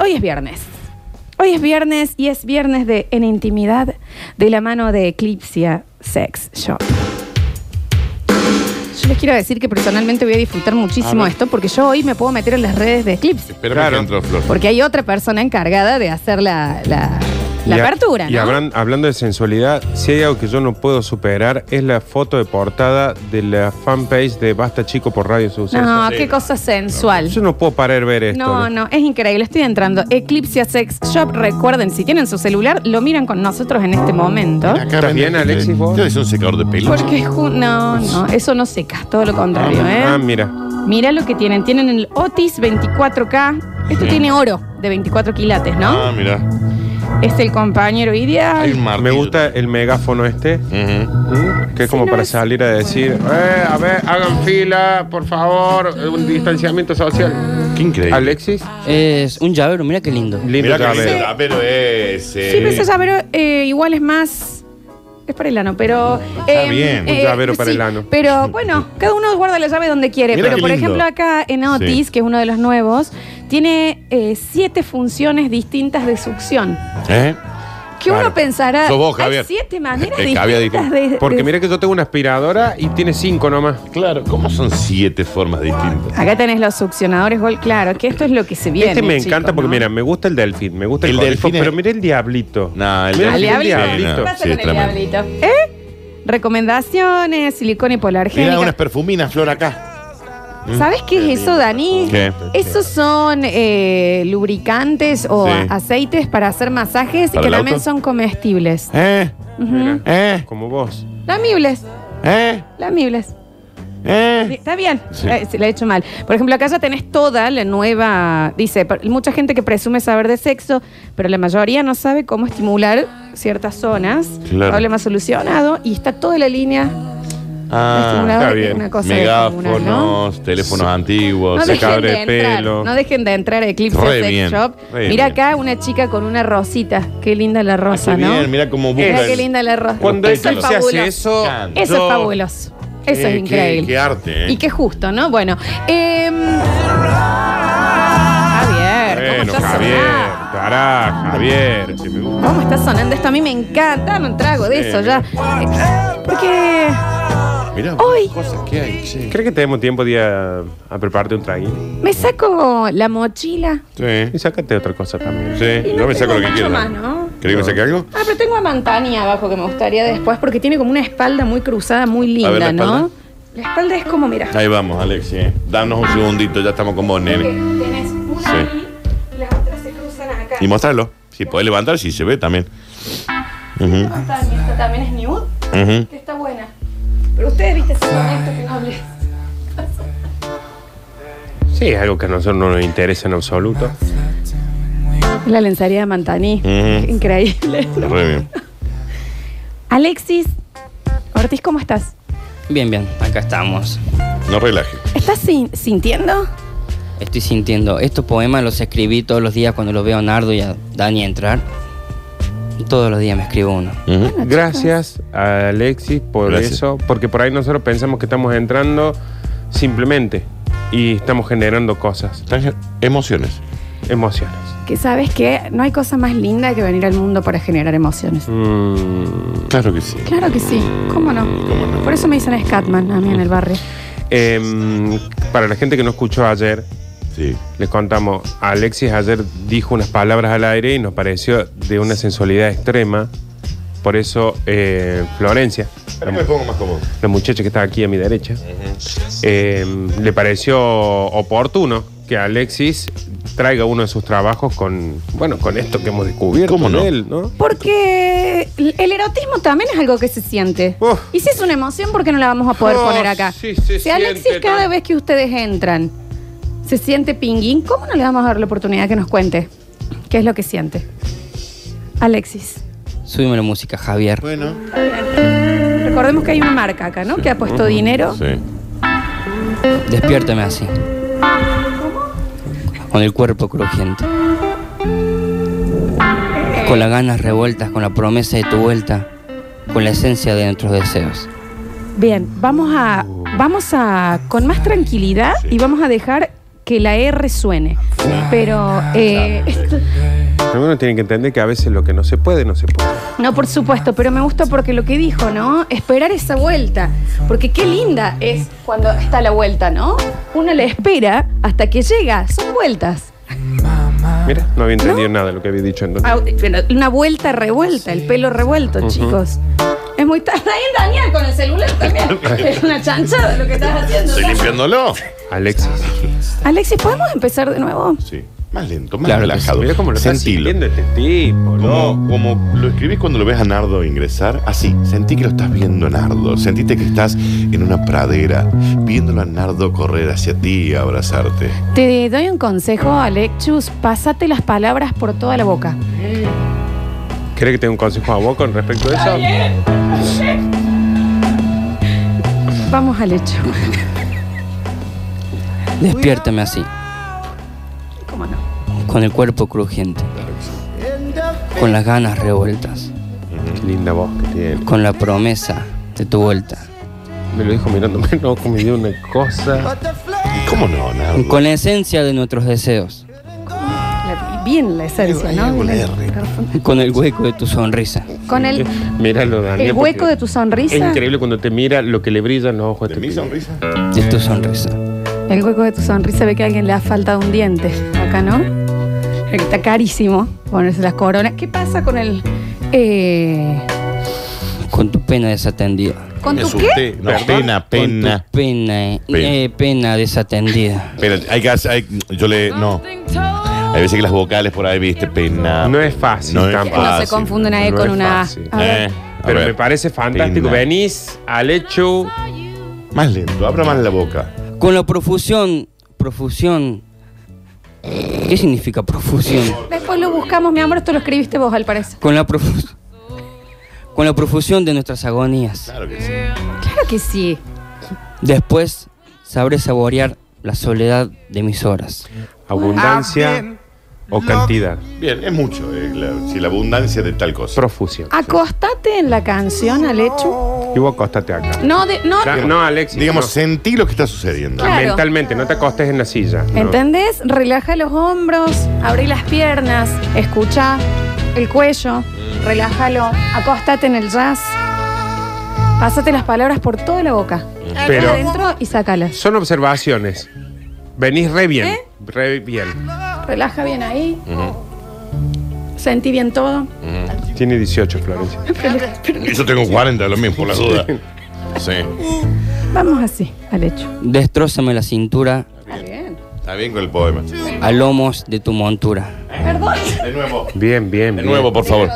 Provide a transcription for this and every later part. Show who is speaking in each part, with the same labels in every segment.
Speaker 1: Hoy es viernes. Hoy es viernes y es viernes de En Intimidad de la mano de Eclipsia Sex Shop. Yo les quiero decir que personalmente voy a disfrutar muchísimo
Speaker 2: A ver.
Speaker 1: esto porque yo hoy me puedo meter en las redes de Eclipse.
Speaker 2: Espera
Speaker 3: Claro.
Speaker 2: que entró Flor.
Speaker 1: Porque hay otra persona encargada de hacer la, la- la
Speaker 3: Y a-
Speaker 1: apertura,
Speaker 3: Y
Speaker 1: ¿no?
Speaker 3: hablan- hablando de sensualidad, si hay algo que yo no puedo superar es la foto de portada de la fanpage de Basta Chico por Radio Suceso.
Speaker 1: No,
Speaker 2: Sí,
Speaker 1: qué
Speaker 2: no.
Speaker 1: cosa sensual.
Speaker 3: Yo no puedo parar de ver esto.
Speaker 1: No, no, es increíble. Estoy entrando. Eclipsia Sex Shop. Recuerden, si tienen su celular, lo miran con nosotros en este momento.
Speaker 2: Acá
Speaker 3: ¿Estás
Speaker 2: venden-
Speaker 3: bien, Alexis, vos?
Speaker 2: Ustedes son secador de pelo.
Speaker 1: Porque ju- no, no, eso no seca, todo lo contrario, ¿eh?
Speaker 3: Ah, mira.
Speaker 1: Mira lo que tienen. Tienen el Otis 24K. Esto
Speaker 2: Sí.
Speaker 1: tiene oro de 24 quilates, ¿no?
Speaker 2: Ah, mira.
Speaker 1: Es el compañero
Speaker 2: Hay un
Speaker 1: ideal.
Speaker 2: martillo.
Speaker 3: Me gusta el megáfono este,
Speaker 2: Ujú.
Speaker 3: ¿m? que es
Speaker 1: Sí,
Speaker 3: como
Speaker 1: no
Speaker 3: para
Speaker 1: es-
Speaker 3: salir a decir, "Eh, a ver, hagan fila, por favor, eh, un distanciamiento social.
Speaker 2: Qué increíble.
Speaker 3: Alexis,
Speaker 4: Es un llavero, mira qué lindo.
Speaker 3: lindo
Speaker 2: Mirá que lindo
Speaker 3: llave.
Speaker 2: trapero ese.
Speaker 1: Sí, pero ese llavero eh, igual es más. Es para el ano, pero. eh,
Speaker 2: Ah, bien, un
Speaker 3: llavero para el ano.
Speaker 1: Pero bueno, cada uno guarda la llave donde quiere.
Speaker 2: Mirá
Speaker 1: pero
Speaker 2: qué
Speaker 1: por
Speaker 2: lindo.
Speaker 1: ejemplo, acá en Otis,
Speaker 2: Sí.
Speaker 1: que es uno de los nuevos, tiene eh, siete funciones distintas de succión.
Speaker 2: ¿Eh?
Speaker 1: Que uno
Speaker 3: Claro.
Speaker 1: pensará.
Speaker 2: Sos vos,
Speaker 1: hay
Speaker 2: Javier.
Speaker 1: siete maneras
Speaker 2: Eh, Javier,
Speaker 1: distintas de.
Speaker 3: Porque
Speaker 1: de-
Speaker 3: mira que yo tengo una aspiradora y tiene cinco nomás.
Speaker 2: Claro, ¿cómo son siete formas distintas?
Speaker 1: Acá tenés los succionadores Gol, claro, que esto es lo que se viene.
Speaker 3: este me
Speaker 1: chicos,
Speaker 3: encanta porque,
Speaker 1: ¿no?
Speaker 3: mira, me gusta el delfín, me gusta el,
Speaker 2: El
Speaker 3: conejo,
Speaker 2: delfín es-
Speaker 3: pero mira el diablito.
Speaker 2: No, el
Speaker 1: Al
Speaker 2: delfín-
Speaker 3: Mira, el
Speaker 1: diablito.
Speaker 2: Sí,
Speaker 3: diablito.
Speaker 1: ¿Qué pasa
Speaker 2: sí,
Speaker 1: con
Speaker 2: es tremendo.
Speaker 1: el diablito? ¿Eh? Recomendaciones, silicona y
Speaker 2: Mira unas
Speaker 1: polargénica.
Speaker 2: perfuminas, Flor, acá.
Speaker 1: ¿Sabes qué es eso, Dani?
Speaker 2: ¿Qué?
Speaker 1: Esos son eh, lubricantes o
Speaker 2: Sí.
Speaker 1: a- aceites para hacer masajes y
Speaker 2: ¿Para
Speaker 1: que
Speaker 2: el
Speaker 1: también
Speaker 2: auto?
Speaker 1: son comestibles.
Speaker 2: ¿Eh?
Speaker 1: Ujú.
Speaker 2: ¿Eh?
Speaker 3: Como vos.
Speaker 1: Lamibles,
Speaker 2: ¿Eh?
Speaker 1: lamibles. Sí,
Speaker 2: ¿Eh?
Speaker 1: Está bien,
Speaker 2: Sí.
Speaker 1: Eh, se la he hecho mal. Por ejemplo, acá ya tenés toda la nueva, dice, pa- mucha gente que presume saber de sexo, pero la mayoría no sabe cómo estimular ciertas zonas.
Speaker 2: Claro.
Speaker 1: Problema solucionado y está toda la línea.
Speaker 2: Ah,
Speaker 1: Estimulador
Speaker 3: está
Speaker 1: que es
Speaker 3: bien.
Speaker 1: una cosa de
Speaker 2: Megáfonos,
Speaker 1: tribunal, ¿no?
Speaker 2: teléfonos antiguos,
Speaker 1: No dejen,
Speaker 3: secador
Speaker 1: de
Speaker 3: de
Speaker 1: entrar,
Speaker 3: pelo.
Speaker 1: no dejen de entrar a Eclipse
Speaker 2: Re
Speaker 1: Sex
Speaker 2: bien,
Speaker 1: Shop.
Speaker 2: re
Speaker 1: Mira
Speaker 2: bien.
Speaker 1: acá una chica con una rosita. Qué linda la
Speaker 2: Ah,
Speaker 1: rosa,
Speaker 2: qué
Speaker 1: ¿no?
Speaker 2: bien, mira cómo busca.
Speaker 1: Mira
Speaker 2: el-
Speaker 1: qué linda la rosa.
Speaker 3: Cuando
Speaker 1: eso es
Speaker 3: Eclipse hace
Speaker 1: fabuloso.
Speaker 3: eso,
Speaker 2: Encanta.
Speaker 1: Eso
Speaker 3: yo-
Speaker 1: es fabuloso. Eso
Speaker 2: Eh,
Speaker 1: es
Speaker 2: qué-
Speaker 1: increíble.
Speaker 2: Qué arte, ¿eh?
Speaker 1: Y qué justo, ¿no? Bueno. eh, Javier, ¿cómo
Speaker 3: Bueno,
Speaker 1: está
Speaker 3: Javier,
Speaker 1: sonando?
Speaker 3: cará, Javier. Si me gusta.
Speaker 1: ¿Cómo está sonando esto? A mí me encanta. Dame un trago de
Speaker 3: Sí,
Speaker 1: eso ya. Eh, Porque.
Speaker 2: Mirá,
Speaker 1: Hoy.
Speaker 2: cosas que hay, sí.
Speaker 3: ¿Crees que tenemos tiempo de ir a, a prepararte un traguito?
Speaker 1: Me saco la mochila.
Speaker 3: Y
Speaker 2: Sí.
Speaker 3: sácate otra cosa también.
Speaker 2: Sí,
Speaker 1: Y no
Speaker 2: yo me
Speaker 1: tengo
Speaker 2: saco lo que
Speaker 1: nada
Speaker 2: quiero.
Speaker 1: más, ¿no?
Speaker 2: ¿Querés que me saque algo?
Speaker 1: Ah, pero tengo a Mantani abajo que me gustaría después porque tiene como una espalda muy cruzada, muy linda,
Speaker 2: A ver, ¿la
Speaker 1: ¿no?
Speaker 2: espalda?
Speaker 1: La espalda es como, mira.
Speaker 2: Ahí vamos, Alexi. Danos un segundito, ya estamos con vos, nene.
Speaker 1: porque Tenés una
Speaker 2: Sí.
Speaker 1: ahí, las otras se cruzan acá.
Speaker 2: Y mostrarlo. Si podés levantar, si se ve también. Ujú,
Speaker 1: Mantani, Ah, esta también es nude.
Speaker 2: ujú.
Speaker 1: que está buena. Pero ustedes, viste, son estos que no hables.
Speaker 3: Sí, es algo que a nosotros no nos interesa en absoluto.
Speaker 1: Ah, La lencería de Mantani.
Speaker 2: Ujú.
Speaker 1: Increíble.
Speaker 2: Mm. Re bien.
Speaker 1: Alexis, Ortiz, ¿cómo estás?
Speaker 4: Bien, bien, acá estamos.
Speaker 2: No relaje.
Speaker 1: ¿Estás sin- sintiendo?
Speaker 4: Estoy sintiendo, estos poemas los escribí todos los días cuando los veo a Nardo y a Dani entrar. Todos los días me escribo uno.
Speaker 2: Ujú.
Speaker 3: Gracias a Alexis por
Speaker 2: Gracias.
Speaker 3: eso, porque por ahí nosotros pensamos que estamos entrando simplemente y estamos generando cosas,
Speaker 2: Están gen- emociones.
Speaker 3: emociones.
Speaker 1: Que sabes que no hay cosa más linda que venir al mundo para generar emociones.
Speaker 3: Mm,
Speaker 2: Claro que sí.
Speaker 1: Claro que sí, ¿cómo no?
Speaker 2: ¿Cómo no?
Speaker 1: Por eso me dicen Scatman a mí en el barrio.
Speaker 3: em, para la gente que no escuchó ayer,
Speaker 2: Sí.
Speaker 3: Les contamos, Alexis ayer dijo unas palabras al aire y nos pareció de una sensualidad extrema. Por eso, eh, Florencia,
Speaker 2: Espera que me pongo más cómodo.
Speaker 3: la muchacha que está aquí a mi derecha, eh, le pareció oportuno que Alexis traiga uno de sus trabajos con, bueno, con esto que hemos descubierto
Speaker 2: ¿Cómo no?
Speaker 3: de él, ¿no?
Speaker 1: Porque el el erotismo también es algo que se siente.
Speaker 3: Uf.
Speaker 1: Y si es una emoción, ¿por qué no la vamos a poder
Speaker 3: Oh,
Speaker 1: poner acá?
Speaker 3: sí, se
Speaker 1: si Alexis
Speaker 3: siente
Speaker 1: cada
Speaker 3: tan-
Speaker 1: vez que ustedes entran se siente pinguín, ¿cómo no le vamos a dar la oportunidad que nos cuente qué es lo que siente? Alexis.
Speaker 4: Subime la música, Javier.
Speaker 2: Bueno.
Speaker 1: Recordemos que hay una marca acá, ¿no? Que ha puesto dinero.
Speaker 2: Sí.
Speaker 4: Despiértame así. Con el cuerpo crujiente. Con las ganas revueltas, con la promesa de tu vuelta, con la esencia de nuestros deseos.
Speaker 1: Bien, vamos a, vamos a, con más tranquilidad y vamos a dejar que la R suene. Pero eh, esto-
Speaker 3: Pero uno tiene que entender que a veces lo que no se puede, no se puede.
Speaker 1: no, por supuesto, pero me gusta porque lo que dijo, ¿no? Esperar esa vuelta. Porque qué linda es cuando está la vuelta, ¿no? Uno la espera hasta que llega. Son vueltas.
Speaker 3: Mira, no había entendido nada de lo que había dicho entonces.
Speaker 1: Ah, pero Una vuelta revuelta, el pelo revuelto, chicos. Es muy tarde. Ahí el Daniel con el celular también. es una chanchada lo que estás haciendo.
Speaker 2: Estoy limpiándolo.
Speaker 3: Alexis.
Speaker 1: Alexis, ¿podemos empezar de nuevo?
Speaker 2: Sí. Más lento, más
Speaker 4: Claro que
Speaker 2: relajado.
Speaker 3: Mira cómo lo está
Speaker 2: Sentilo.
Speaker 3: sintiendo este tipo, loco.
Speaker 2: Como, como lo escribís cuando lo ves a Nardo ingresar, así, sentí que lo estás viendo a Nardo, sentiste que estás en una pradera, viéndolo a Nardo correr hacia ti y abrazarte.
Speaker 1: Te doy un consejo, Alexis. Pásate las palabras por toda la boca.
Speaker 3: ¿Querés que tenga un consejo a vos con respecto a eso?
Speaker 1: Vamos al hecho.
Speaker 4: Despiértame así,
Speaker 1: ¿Cómo no?
Speaker 4: con el cuerpo crujiente, con las ganas revueltas,
Speaker 3: Qué linda voz que tiene.
Speaker 4: con la promesa de tu vuelta,
Speaker 3: Me lo dijo mirándome, no, como me dio una cosa.
Speaker 2: ¿Y cómo no, Nardo?
Speaker 4: con la esencia de nuestros deseos,
Speaker 1: La- bien la esencia, ¿no?
Speaker 2: Con la
Speaker 1: Bien.
Speaker 2: R.
Speaker 4: con el hueco de tu sonrisa.
Speaker 1: Con el,
Speaker 3: Eh, Míralo, Daniel.
Speaker 1: el hueco
Speaker 3: porque
Speaker 1: de tu sonrisa.
Speaker 3: Es increíble cuando te mira lo que le brillan los ojos a
Speaker 2: ¿De
Speaker 3: este
Speaker 2: mi
Speaker 3: pibe.
Speaker 2: sonrisa?
Speaker 4: de tu sonrisa.
Speaker 1: El hueco de tu sonrisa ve que a alguien le ha faltado un diente. Acá, ¿no? El que Está carísimo ponerse las coronas. ¿Qué pasa con el. eh,
Speaker 4: Con tu pena desatendida.
Speaker 1: ¿Con
Speaker 2: Me
Speaker 1: tu
Speaker 2: asusté.
Speaker 1: qué?
Speaker 2: No, pena,
Speaker 4: Con
Speaker 2: pena.
Speaker 4: tu pena, eh,
Speaker 2: Pena.
Speaker 4: eh, pena desatendida.
Speaker 2: Pero hay que hacer- hay- yo le, no. Hay veces que las vocales por ahí, viste, pena.
Speaker 3: No es fácil
Speaker 2: No es
Speaker 3: tampoco.
Speaker 1: No se
Speaker 2: fácil.
Speaker 1: confunde una E
Speaker 3: No
Speaker 1: con
Speaker 3: es
Speaker 1: una A.
Speaker 3: fácil.
Speaker 1: A ver.
Speaker 2: Eh,
Speaker 3: Pero
Speaker 2: a ver.
Speaker 3: me parece fantástico.
Speaker 2: Pena.
Speaker 3: Venís al hecho.
Speaker 2: Más lento, abra más la boca.
Speaker 4: Con la profusión, profusión. ¿Qué significa profusión?
Speaker 1: Después lo buscamos, mi amor. Esto lo escribiste vos, al parecer.
Speaker 4: Con la profusión. Con la profusión de nuestras agonías.
Speaker 2: Claro que sí.
Speaker 1: Claro que sí.
Speaker 4: Después sabré saborear la soledad de mis horas.
Speaker 3: Abundancia o cantidad.
Speaker 2: Bien, es mucho, eh, la, si la abundancia de tal cosa.
Speaker 3: Profusión.
Speaker 1: Acostate en la canción, Alechu.
Speaker 3: Y vos acostate acá.
Speaker 1: No, de, no.
Speaker 3: Ya, no, Alexis.
Speaker 2: Digamos,
Speaker 3: no.
Speaker 2: sentí lo que está sucediendo.
Speaker 1: Claro.
Speaker 3: Mentalmente, no te acostes en la silla. no.
Speaker 1: ¿Entendés? Relaja los hombros, abrí las piernas, escucha el cuello, relájalo, acóstate en el jazz. Pásate las palabras por toda la boca.
Speaker 3: Pero-
Speaker 1: adentro y sácalas.
Speaker 3: Son observaciones. Venís re bien.
Speaker 1: ¿Eh?
Speaker 3: Re bien.
Speaker 1: Relaja bien ahí. Sentí bien todo.
Speaker 3: Tiene 18, Florencia.
Speaker 2: Y yo tengo 40, lo mismo, por la duda. Sí.
Speaker 1: Vamos así, al hecho.
Speaker 4: Destrózame la cintura
Speaker 1: Está bien.
Speaker 2: Está bien con el poema.
Speaker 4: a lomos de tu montura.
Speaker 1: Perdón.
Speaker 2: De nuevo.
Speaker 3: Bien, bien.
Speaker 2: De
Speaker 3: bien.
Speaker 2: nuevo, por favor.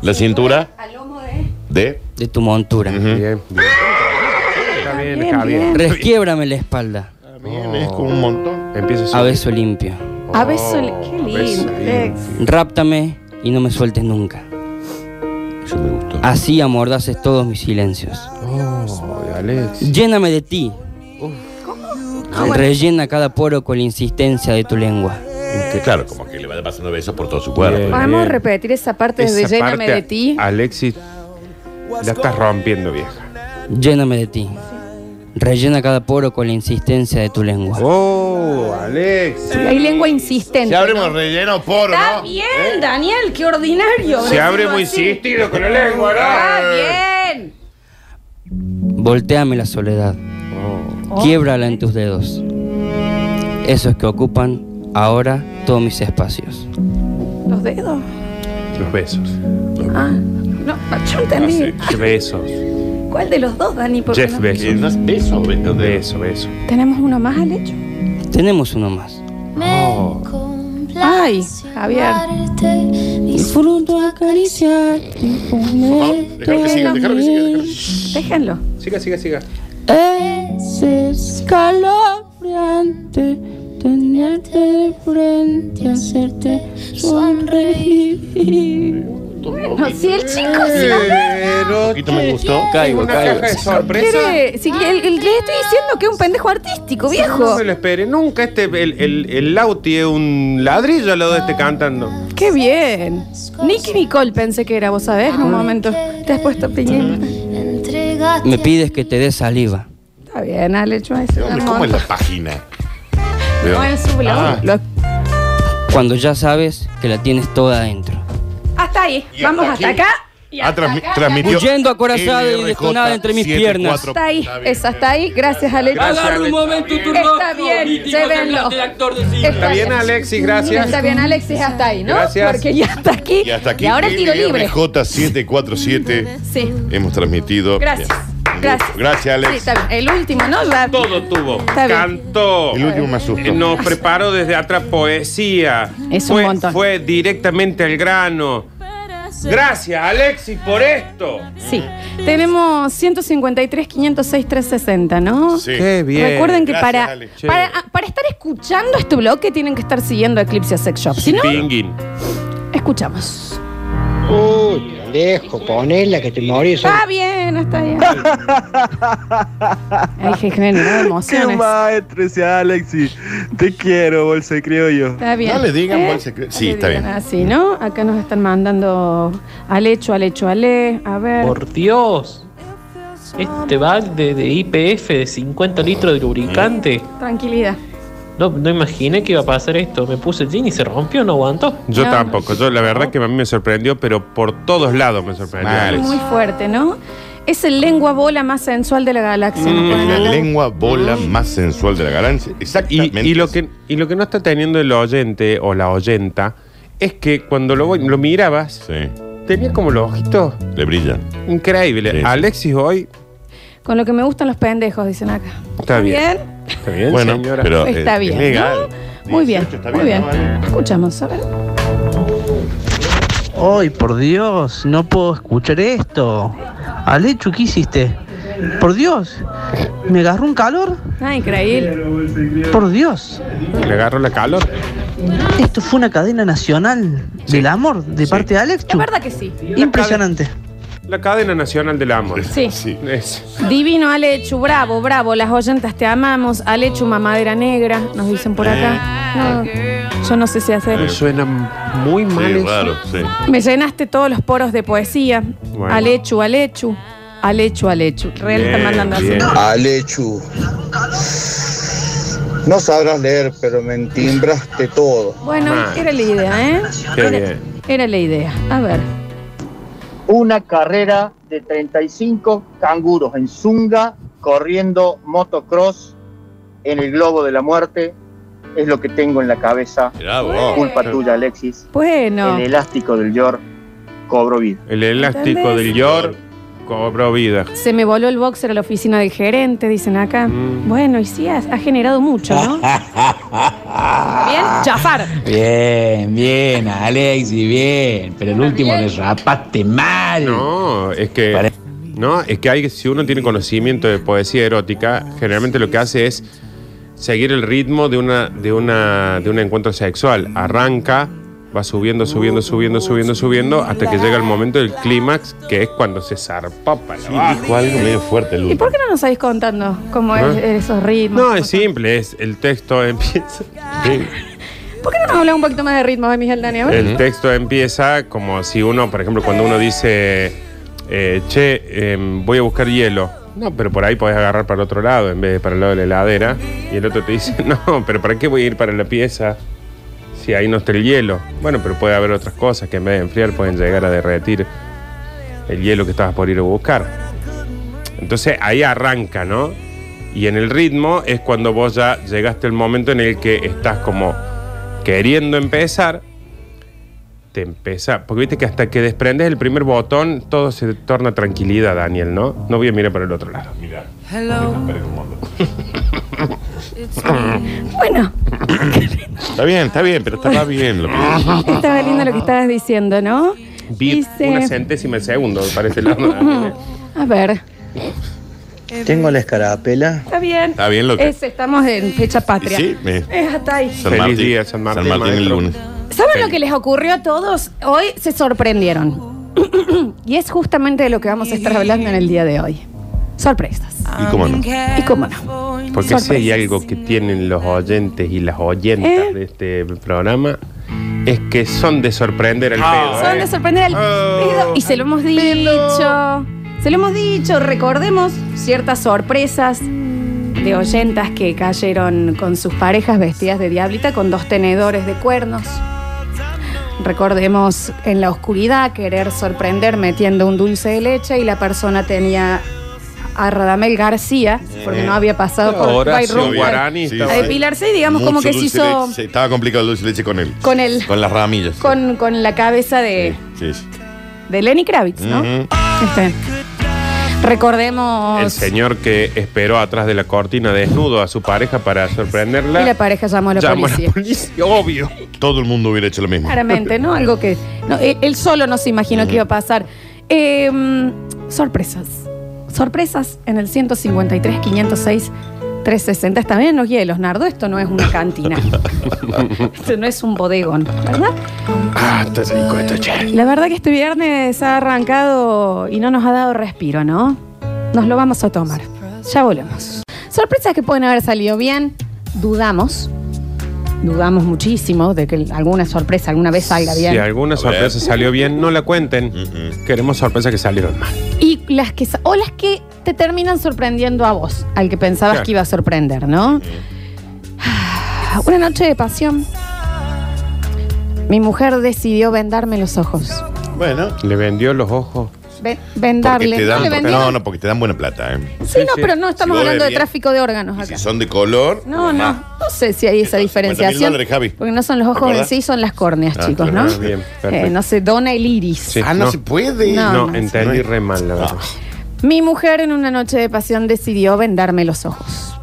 Speaker 2: La cintura.
Speaker 1: Al lomo de.
Speaker 2: De.
Speaker 4: De tu montura.
Speaker 3: Bien, bien. ¿Mm? Ah, Está bien,
Speaker 1: Bien,
Speaker 3: Javier.
Speaker 1: bien.
Speaker 4: Resquiébrame la espalda
Speaker 2: Bien, es como un montón.
Speaker 3: Empiezo
Speaker 4: a
Speaker 3: solo.
Speaker 4: beso limpio.
Speaker 1: A beso. li- Qué
Speaker 3: a beso
Speaker 1: lindo, Alex.
Speaker 4: Ráptame y no me sueltes nunca.
Speaker 2: Eso me gustó.
Speaker 4: Así amordaces todos mis silencios.
Speaker 3: Oh, Alex.
Speaker 4: Lléname de ti.
Speaker 1: Ah,
Speaker 4: Rellena cada poro con la insistencia de tu lengua.
Speaker 2: Que claro, como que le va pasando besos por todo su cuerpo.
Speaker 3: Bien.
Speaker 1: Podemos repetir esa parte de
Speaker 3: Esa
Speaker 1: lléname
Speaker 3: parte,
Speaker 1: de ti.
Speaker 3: Alexis, la estás rompiendo, vieja.
Speaker 4: Lléname de ti. Rellena cada poro con la insistencia de tu lengua.
Speaker 3: Oh, Alex.
Speaker 1: Hay lengua insistente.
Speaker 2: Si abrimos relleno por,
Speaker 1: Está
Speaker 2: ¿no?
Speaker 1: bien, Daniel, qué ordinario.
Speaker 3: Se abre muy
Speaker 1: insiste.
Speaker 3: insistido con la lengua,
Speaker 1: Está
Speaker 3: ¿no?
Speaker 1: Ah, bien.
Speaker 4: Voltéame la soledad. Quiebrala en tus dedos. Esos que ocupan ahora todos mis espacios.
Speaker 1: Los dedos.
Speaker 3: Los besos.
Speaker 1: Ah, no, yo entendí.
Speaker 2: Ah,
Speaker 3: Besos.
Speaker 1: ¿Cuál de los dos, Dani? Porque
Speaker 3: Jeff
Speaker 1: no-
Speaker 2: Eh,
Speaker 3: Besos.
Speaker 2: no es beso, be- no de
Speaker 3: Beso, beso.
Speaker 1: ¿Tenemos uno más al hecho?
Speaker 4: Tenemos uno más.
Speaker 3: Oh.
Speaker 5: Ah,
Speaker 1: Ay, Javier.
Speaker 5: Disfruto acariciar.
Speaker 2: Dejar que siga, dejar que siga. dejar que siga.
Speaker 1: Déjenlo.
Speaker 3: Siga, siga, siga.
Speaker 5: Es escalofriante tenerte de frente, hacerte sonreír.
Speaker 1: No, si el chico si no
Speaker 2: Un poquito me gustó.
Speaker 4: Caigo, caigo.
Speaker 3: de sorpresa.
Speaker 1: quiere. Si el, el- le estoy diciendo que es un pendejo artístico,
Speaker 3: No
Speaker 1: viejo.
Speaker 3: me lo esperé nunca. Este, el, el, el Lauti es un ladrillo al lado de este cantando.
Speaker 1: Qué bien. Nicky Nicole pensé que era, vos sabés, en un momento. Te has puesto piñita.
Speaker 3: Mm.
Speaker 5: Entregate.
Speaker 4: Me pides que te dé saliva.
Speaker 1: Está bien, al hecho. Es
Speaker 2: Hombre, ¿Cómo es la página? Veo.
Speaker 1: No, en su blog.
Speaker 2: Ah,
Speaker 1: Lo-
Speaker 4: cuando ya sabes que la tienes toda adentro.
Speaker 1: Hasta Ah, ahí.
Speaker 2: Y
Speaker 1: Vamos
Speaker 2: hasta
Speaker 1: hasta
Speaker 2: aquí.
Speaker 1: acá. Y
Speaker 2: Ha
Speaker 1: hasta
Speaker 2: Ah, transmi-
Speaker 1: acá.
Speaker 2: transmitió-
Speaker 4: Huyendo acorazado y
Speaker 2: LRJ
Speaker 4: destonada entre mis
Speaker 2: 74.
Speaker 4: piernas.
Speaker 1: Está ahí.
Speaker 2: Está bien,
Speaker 1: Es hasta ahí. Gracias, Alex.
Speaker 3: Gracias, Agarra un Alex.
Speaker 4: momento
Speaker 3: tu
Speaker 1: Está bien, llévenlo.
Speaker 3: Está bien, Alexis, gracias.
Speaker 1: Está bien, Alexis, hasta ahí, ¿no?
Speaker 3: Gracias.
Speaker 1: Porque ya está aquí.
Speaker 2: Y hasta aquí.
Speaker 1: Y ahora tiro libre.
Speaker 2: J747.
Speaker 1: Sí.
Speaker 2: Hemos transmitido.
Speaker 1: Gracias.
Speaker 2: Bien.
Speaker 1: Gracias.
Speaker 2: Gracias,
Speaker 1: Sí,
Speaker 2: Alex.
Speaker 1: está bien. El último, ¿no? Ya-
Speaker 3: Todo tuvo.
Speaker 1: Está bien.
Speaker 3: Cantó.
Speaker 2: El último me asustó.
Speaker 3: Eh, Nos preparó desde atrás poesía.
Speaker 1: Es un
Speaker 3: fue,
Speaker 1: montón.
Speaker 3: Fue directamente al grano. Gracias, Alexis, por esto.
Speaker 1: Sí. Tenemos 153, 506, 360, ¿no?
Speaker 2: Sí.
Speaker 1: Recuerden que
Speaker 2: Gracias,
Speaker 1: para,
Speaker 2: Ale.
Speaker 3: Che.
Speaker 1: para, ah, para estar escuchando este bloque tienen que estar siguiendo Eclipse Sex Shop. Si no,
Speaker 3: Pinguín.
Speaker 1: escuchamos.
Speaker 6: Uy, lejos, ponela que te morís.
Speaker 1: Está bien, está bien. Ay, que generó
Speaker 7: ¡Qué
Speaker 1: emociones.
Speaker 7: maestro ese Alexis! Te quiero, bolsa de criollo.
Speaker 1: Está bien.
Speaker 2: No le digan
Speaker 1: ¿Eh?
Speaker 2: bolsa que- Sí,
Speaker 1: le
Speaker 2: está
Speaker 1: digan
Speaker 2: bien.
Speaker 1: Así, ¿no? Acá nos están mandando al hecho, al hecho, ale. A ver.
Speaker 8: Por Dios. Este balde de IPF de 50 litros de lubricante.
Speaker 1: Tranquilidad.
Speaker 8: No, no imaginé que iba a pasar esto. Me puse el jean y se rompió, no aguantó.
Speaker 3: Yo
Speaker 1: No.
Speaker 3: tampoco. Yo la verdad que a mí me sorprendió, pero por todos lados me sorprendió.
Speaker 2: Mal.
Speaker 3: Alex.
Speaker 1: Muy fuerte, ¿no? Es el lengua bola más sensual de la galaxia. ¿no?
Speaker 2: Es Mm, la
Speaker 1: Ponen-
Speaker 2: lengua bola más sensual de la galaxia. Exactamente.
Speaker 3: Y, y lo que, y lo que no está teniendo el oyente o la oyenta es que cuando lo, voy- lo mirabas,
Speaker 2: Sí,
Speaker 3: tenía como los ojitos
Speaker 2: le brillan.
Speaker 3: increíbles.
Speaker 2: Sí, sí.
Speaker 3: Alexis hoy
Speaker 1: Con lo que me gustan los pendejos, dicen acá.
Speaker 3: Está bien. está bien,
Speaker 2: Bueno,
Speaker 3: señora.
Speaker 2: pero eh,
Speaker 1: Está bien.
Speaker 2: es legal.
Speaker 1: ¿no? Muy bien.
Speaker 2: 18 está
Speaker 1: Muy bien.
Speaker 2: ¿no, Ale?
Speaker 1: Escuchamos, a ver.
Speaker 9: Ay, por Dios, no puedo escuchar esto. Alechu, ¿qué hiciste? Por Dios, me agarró un calor.
Speaker 1: Ah, increíble.
Speaker 9: Por Dios,
Speaker 3: Le agarro la calor.
Speaker 9: esto fue una cadena nacional del amor de parte de
Speaker 1: Es
Speaker 9: Alechu.
Speaker 1: verdad que sí.
Speaker 9: Impresionante.
Speaker 3: La cadena nacional del amor.
Speaker 1: Sí.
Speaker 2: Sí.
Speaker 3: Es-
Speaker 1: Divino Alechu, bravo, bravo. Las oyentas te amamos. Alechu, mamadera negra, nos dicen por
Speaker 3: Eh.
Speaker 1: acá. No, yo no sé si hacer.
Speaker 3: me suena muy mal
Speaker 2: Sí,
Speaker 3: eso.
Speaker 2: raro, sí.
Speaker 1: Me llenaste todos los poros de poesía.
Speaker 3: Bueno.
Speaker 1: Alechu, Alechu. Alechu, Alechu. Real está
Speaker 3: Bien,
Speaker 1: mandando así.
Speaker 3: bien.
Speaker 10: Alechu. No sabrás leer, pero me entimbraste todo.
Speaker 1: Bueno,
Speaker 3: Man.
Speaker 1: era la idea, ¿eh?
Speaker 3: Qué
Speaker 1: era,
Speaker 3: bien.
Speaker 1: era la idea. A ver.
Speaker 10: Una carrera de 35 canguros en Zunga, corriendo motocross en el globo de la muerte, es lo que tengo en la cabeza.
Speaker 2: Mirá vos.
Speaker 10: Culpa tuya, Alexis.
Speaker 1: Bueno.
Speaker 10: El elástico del York cobro vida.
Speaker 3: El elástico
Speaker 1: ¿Entendés?
Speaker 3: del York cobró vida.
Speaker 1: Se me voló el boxer a la oficina del gerente, dicen acá.
Speaker 3: Mm.
Speaker 1: Bueno, y sí, ha, ha generado mucho, ¿no? Bien, chafar.
Speaker 11: Bien, bien, Alexi, bien. Pero el último le rapaste mal.
Speaker 3: No, es que.
Speaker 11: Pare-
Speaker 3: No, es que hay, si uno tiene conocimiento de poesía erótica, generalmente lo que hace es seguir el ritmo de una, de una, de un encuentro sexual. Arranca, va subiendo, subiendo, subiendo, subiendo, subiendo, hasta que llega el momento del clímax, que es cuando se zarpa para
Speaker 2: Sí,
Speaker 3: abajo.
Speaker 2: dijo algo medio fuerte, Lu.
Speaker 1: ¿Y por qué no nos vais contando cómo es
Speaker 3: ¿Eh?
Speaker 1: esos ritmos?
Speaker 3: No, es simple, es el texto empieza.
Speaker 1: ¿Por qué no nos hablas un poquito más de ritmos de Miguel Dani? A ver.
Speaker 3: El texto empieza como si uno, por ejemplo, cuando uno dice, eh, che, em, voy a buscar hielo. No, pero por ahí podés agarrar para el otro lado en vez de para el lado de la heladera. Y el otro te dice, no, pero ¿para qué voy a ir para la pieza si ahí no está el hielo? Bueno, pero puede haber otras cosas que en vez de enfriar pueden llegar a derretir el hielo que estabas por ir a buscar. Entonces ahí arranca, ¿no? Y en el ritmo es cuando vos ya llegaste al momento en el que estás como queriendo empezar, te empieza. Porque viste que hasta que desprendes el primer botón, todo se torna tranquilidad, Daniel, ¿no? No voy a mirar para el otro lado.
Speaker 2: Mirá,
Speaker 4: Hello.
Speaker 2: espera un momento.
Speaker 1: Bueno,
Speaker 2: Está bien, está bien, pero estaba bien. Lo
Speaker 1: Ah,
Speaker 2: que...
Speaker 1: estaba lindo lo que estabas diciendo, ¿no?
Speaker 3: Vi
Speaker 1: Dice-
Speaker 3: una centésima de segundo, me parece. la-
Speaker 1: A ver.
Speaker 6: Tengo la escarapela.
Speaker 1: Está bien.
Speaker 2: Está bien lo que-
Speaker 1: Es, estamos en fecha patria.
Speaker 2: Sí, me-
Speaker 1: Es hasta ahí.
Speaker 2: San
Speaker 3: Feliz
Speaker 2: Martín.
Speaker 3: día, San Martín,
Speaker 2: el
Speaker 3: maestro.
Speaker 2: lunes.
Speaker 1: ¿Saben lo que les ocurrió a todos? Hoy se sorprendieron. y es justamente de lo que vamos a estar hablando en el día de hoy. Sorpresas.
Speaker 2: ¿Y cómo no?
Speaker 1: ¿Y cómo no?
Speaker 3: Porque si hay
Speaker 1: Sorpresas.
Speaker 3: algo que tienen los oyentes y las oyentas
Speaker 1: ¿Eh?
Speaker 3: de este programa, es que son de sorprender al pedo.
Speaker 1: Son
Speaker 3: ¿eh?
Speaker 1: de sorprender al
Speaker 3: Oh.
Speaker 1: pedo. Y se lo hemos dicho. Se lo hemos dicho. Recordemos ciertas sorpresas de oyentas que cayeron con sus parejas vestidas de diablita con dos tenedores de cuernos. Recordemos en la oscuridad querer sorprender metiendo un dulce de leche y la persona tenía a Radamel García, porque no había pasado por
Speaker 3: Horacio
Speaker 1: Bayrou, para
Speaker 3: Guarani estaba
Speaker 1: A depilarse y digamos como
Speaker 2: Mucho
Speaker 1: que se
Speaker 2: dulce
Speaker 1: hizo
Speaker 2: leche. Estaba complicado el dulce de leche con él.
Speaker 1: con el
Speaker 2: Con las ramillas.
Speaker 1: con, con la cabeza de,
Speaker 2: Sí, sí.
Speaker 1: de Lenny Kravitz, pues, ¿no?
Speaker 2: Ujú.
Speaker 1: Este. Recordemos.
Speaker 3: El señor que esperó atrás de la cortina desnudo a su pareja para sorprenderla.
Speaker 1: Y la pareja llamó a la
Speaker 3: Llamó a la
Speaker 1: policía.
Speaker 3: policía, obvio.
Speaker 2: Todo el mundo hubiera hecho lo mismo.
Speaker 1: Claramente, ¿no? Algo que no, él, él solo no se imaginó que iba a pasar. Eh, mm, sorpresas. Sorpresas en el 153, 506, 360. Están bien en los hielos, Nardo. Esto no es una cantina. Esto no es un bodegón, ¿verdad?
Speaker 3: Ah, está rico esto, che.
Speaker 1: La verdad que este viernes ha arrancado y no nos ha dado respiro, ¿no? Nos lo vamos a tomar. Ya volvemos. Sorpresas que pueden haber salido bien, dudamos. Dudamos muchísimo de que alguna sorpresa alguna vez salga bien.
Speaker 3: Si alguna sorpresa salió bien, no la cuenten. Queremos sorpresas que salieron mal.
Speaker 1: Y las que sa- o las que te terminan sorprendiendo a vos, al que pensabas
Speaker 3: Claro.
Speaker 1: que iba a sorprender, ¿no? Ah, Una noche de pasión. Mi mujer decidió vendarme los ojos.
Speaker 2: Bueno.
Speaker 3: Le vendió los ojos.
Speaker 1: Ve-
Speaker 2: Porque
Speaker 1: vendarle.
Speaker 2: te
Speaker 1: ¿No
Speaker 2: dan,
Speaker 1: le
Speaker 2: porque-
Speaker 1: vendió?
Speaker 2: no, no, porque te dan buena plata. eh.
Speaker 1: Sí, no, pero no estamos
Speaker 2: Si vos
Speaker 1: hablando de
Speaker 2: ves bien,
Speaker 1: tráfico de órganos
Speaker 2: Si
Speaker 1: acá.
Speaker 2: son de color.
Speaker 1: No, no,
Speaker 2: más.
Speaker 1: no sé si hay esa
Speaker 2: 50.000
Speaker 1: diferenciación.
Speaker 2: dólares, Javi.
Speaker 1: Porque no son los ojos en
Speaker 2: ¿Acordás?
Speaker 1: sí, son las córneas,
Speaker 2: Ah,
Speaker 1: chicos,
Speaker 2: claro,
Speaker 1: ¿no?
Speaker 2: ah, bien,
Speaker 3: perfecto.
Speaker 1: Eh, no se dona el iris.
Speaker 3: Sí,
Speaker 2: Ah, no se puede.
Speaker 1: No,
Speaker 3: No,
Speaker 1: no, Ah.
Speaker 3: entendí re mal, la verdad.
Speaker 1: Mi mujer en una noche de pasión decidió vendarme los ojos.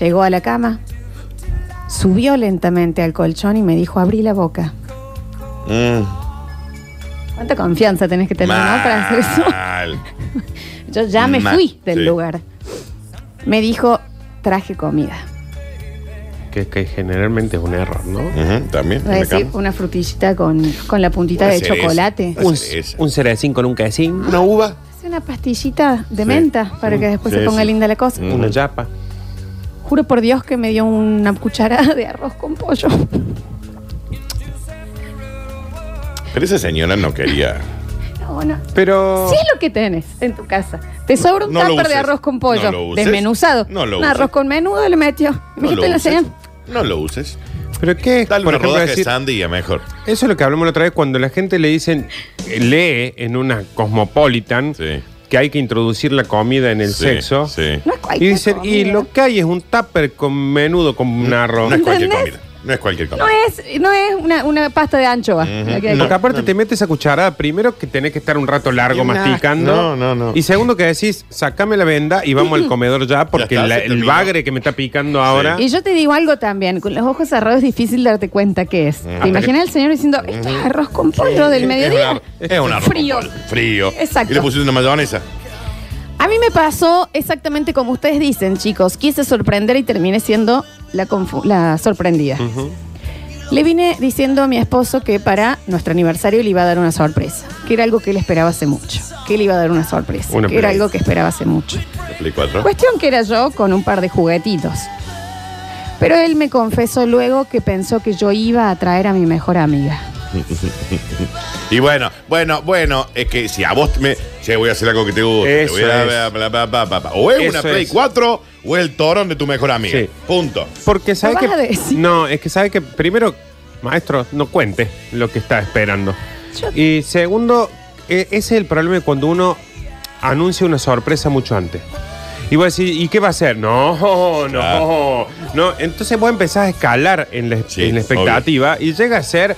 Speaker 1: Llegó a la cama, subió lentamente al colchón y me dijo, abrí la boca.
Speaker 2: Mm.
Speaker 1: ¿Cuánta confianza tenés que tener ¿no? para hacer eso?
Speaker 2: Mal.
Speaker 1: Yo ya me
Speaker 2: Mal,
Speaker 1: fui del
Speaker 2: sí.
Speaker 1: lugar. Me dijo, traje comida.
Speaker 3: Que, que generalmente es un error, ¿no?
Speaker 2: También.
Speaker 1: Va a decir, pues. una frutillita con, con la puntita de chocolate.
Speaker 3: Un, un cerecín con un quesín. Una uva.
Speaker 1: Hace una pastillita de
Speaker 3: Sí.
Speaker 1: menta para
Speaker 2: Mm.
Speaker 1: que después
Speaker 3: Sí,
Speaker 1: se ponga
Speaker 3: sí.
Speaker 1: linda la cosa.
Speaker 3: Una yapa.
Speaker 1: Juro por Dios que me dio una cucharada de arroz con pollo.
Speaker 2: Pero esa señora no quería.
Speaker 1: No, no.
Speaker 3: Pero.
Speaker 1: Si es lo que tenés en tu casa. Te sobra un
Speaker 2: No lo
Speaker 1: tupper de
Speaker 2: uses.
Speaker 1: arroz con pollo.
Speaker 2: No lo uses.
Speaker 1: desmenuzado.
Speaker 2: No lo
Speaker 1: un
Speaker 2: uses.
Speaker 1: arroz con menudo le metió. Me
Speaker 2: No lo
Speaker 1: dijiste la
Speaker 2: uses.
Speaker 1: señal.
Speaker 2: No lo uses.
Speaker 3: ¿Pero qué?
Speaker 2: Dale
Speaker 3: Por
Speaker 2: una
Speaker 3: ejemplo,
Speaker 2: rodaja de
Speaker 3: decir-
Speaker 2: sandía mejor.
Speaker 3: Eso es lo que hablamos la otra vez cuando la gente le dicen, eh, lee en una Cosmopolitan que hay que introducir la comida en el
Speaker 2: Sí,
Speaker 3: sexo.
Speaker 1: No es
Speaker 3: Y
Speaker 1: cualquier
Speaker 3: dicen, y
Speaker 1: comida.
Speaker 3: lo que hay es un tupper con menudo, con un arroz.
Speaker 2: No es cualquier
Speaker 1: ¿Entendés?
Speaker 2: comida. No es cualquier comida.
Speaker 1: No es, no es una, una pasta de anchoa. La que hay
Speaker 3: Porque
Speaker 1: acá.
Speaker 3: aparte te metes esa cucharada primero que tenés que estar un rato largo
Speaker 2: Y una-
Speaker 3: masticando.
Speaker 2: No, no, no.
Speaker 3: Y segundo que decís, sacame la venda y vamos al comedor ya porque
Speaker 2: Ya está,
Speaker 3: la-
Speaker 2: se
Speaker 3: el
Speaker 2: terminó.
Speaker 3: bagre que me está picando ahora.
Speaker 1: Y yo te digo algo también. Con los ojos cerrados es difícil darte cuenta qué es.
Speaker 2: Mm.
Speaker 1: Te imaginas al señor diciendo, esto es arroz con pollo del mediodía.
Speaker 2: Es, una- es un arroz con
Speaker 1: Frío.
Speaker 2: pollo. Frío.
Speaker 1: Exacto.
Speaker 2: Y le pusiste una mayonesa.
Speaker 1: A mí me pasó exactamente como ustedes dicen, chicos. Quise sorprender y terminé siendo la, confu- la sorprendida. Le vine diciendo a mi esposo que para nuestro aniversario le iba a dar una sorpresa, que era algo que él esperaba hace mucho, que le iba a dar una sorpresa,
Speaker 2: Una
Speaker 1: que era
Speaker 2: Play.
Speaker 1: algo que esperaba hace mucho.
Speaker 2: La Play 4.
Speaker 1: Cuestión que era yo con un par de juguetitos. Pero él me confesó luego que pensó que yo iba a traer a mi mejor amiga.
Speaker 2: y bueno, bueno, bueno, es que si a vos me. Che, voy a hacer algo que te guste.
Speaker 3: Eso
Speaker 2: te voy a-
Speaker 3: es.
Speaker 2: bla, bla, bla, bla, bla. O es
Speaker 3: Eso
Speaker 2: una Play
Speaker 3: es.
Speaker 2: 4 o es el torón de tu mejor amiga.
Speaker 3: Sí.
Speaker 2: Punto.
Speaker 3: Porque sabe
Speaker 1: vas
Speaker 3: que.
Speaker 1: a decir?
Speaker 3: No, es que sabe que primero, maestro, no cuente lo que está esperando. Y segundo, e- ese es el problema de cuando uno anuncia una sorpresa mucho antes. Y vos decís, ¿y qué va a hacer? No, no,
Speaker 2: Claro.
Speaker 3: no. Entonces vos empezás a escalar en la, en la expectativa y llega a ser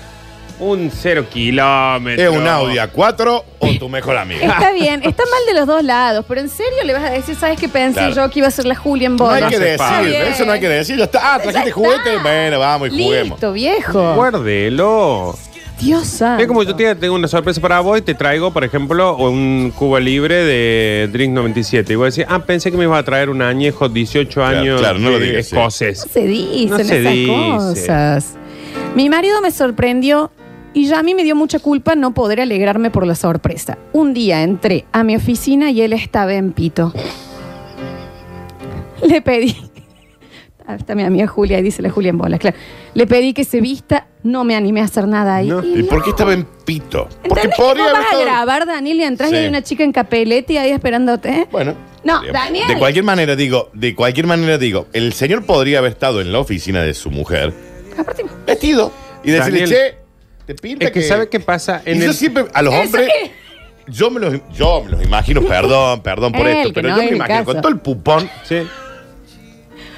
Speaker 3: un cero kilómetro.
Speaker 2: ¿Es un Audi A4 o tu mejor amiga?
Speaker 1: Está bien, está mal de los dos lados, pero en serio le vas a decir, ¿sabes qué pensé
Speaker 2: Claro.
Speaker 1: yo que iba a ser la Julia en
Speaker 2: No hay
Speaker 1: Bono?
Speaker 2: que
Speaker 3: hace falta.
Speaker 2: decir, eso no hay que decir. Ya está. Ah, trajiste juguete. Bueno, vamos y juguemos.
Speaker 1: Listo, viejo.
Speaker 3: Guárdelo.
Speaker 1: Dios santo.
Speaker 3: Es como yo te- tengo una sorpresa para vos y te traigo, por ejemplo, un cubo libre de Drink 97. Y vos decís, ah, pensé que me iba a traer un añejo 18 años
Speaker 2: claro, no lo
Speaker 3: de
Speaker 2: digas, sí.
Speaker 3: escocés.
Speaker 1: No se dicen
Speaker 3: No se
Speaker 1: esas
Speaker 3: dice.
Speaker 1: cosas. Mi marido me sorprendió y ya a mí me dio mucha culpa no poder alegrarme por la sorpresa. Un día entré a mi oficina y él estaba en pito. Le pedí. Ah, Está mi amiga Julia y dice la Julia en bolas, claro. Le pedí que se vista, no me animé a hacer nada ahí.
Speaker 3: No.
Speaker 2: ¿Y por qué estaba en pito? Porque
Speaker 1: ¿Entendés que
Speaker 2: podría
Speaker 1: vos
Speaker 2: haber
Speaker 1: vas a
Speaker 2: estado-
Speaker 1: grabar, Daniel, y entras y
Speaker 2: Sí.
Speaker 1: hay una chica en capelete ahí esperándote? ¿eh?
Speaker 2: Bueno,
Speaker 1: No, Ah, Daniel.
Speaker 2: De cualquier manera digo, de cualquier manera digo, el señor podría haber estado en la oficina de su mujer vestido y decirle,
Speaker 3: Daniel,
Speaker 2: che, te pinta
Speaker 3: Es que, ¿sabe qué pasa?
Speaker 2: Y yo siempre a los hombres yo me los, yo me los imagino, perdón, perdón por
Speaker 1: Él,
Speaker 2: esto,
Speaker 1: que
Speaker 2: pero
Speaker 1: no
Speaker 2: yo me
Speaker 1: era el
Speaker 2: imagino con
Speaker 1: caso.
Speaker 2: todo el pupón.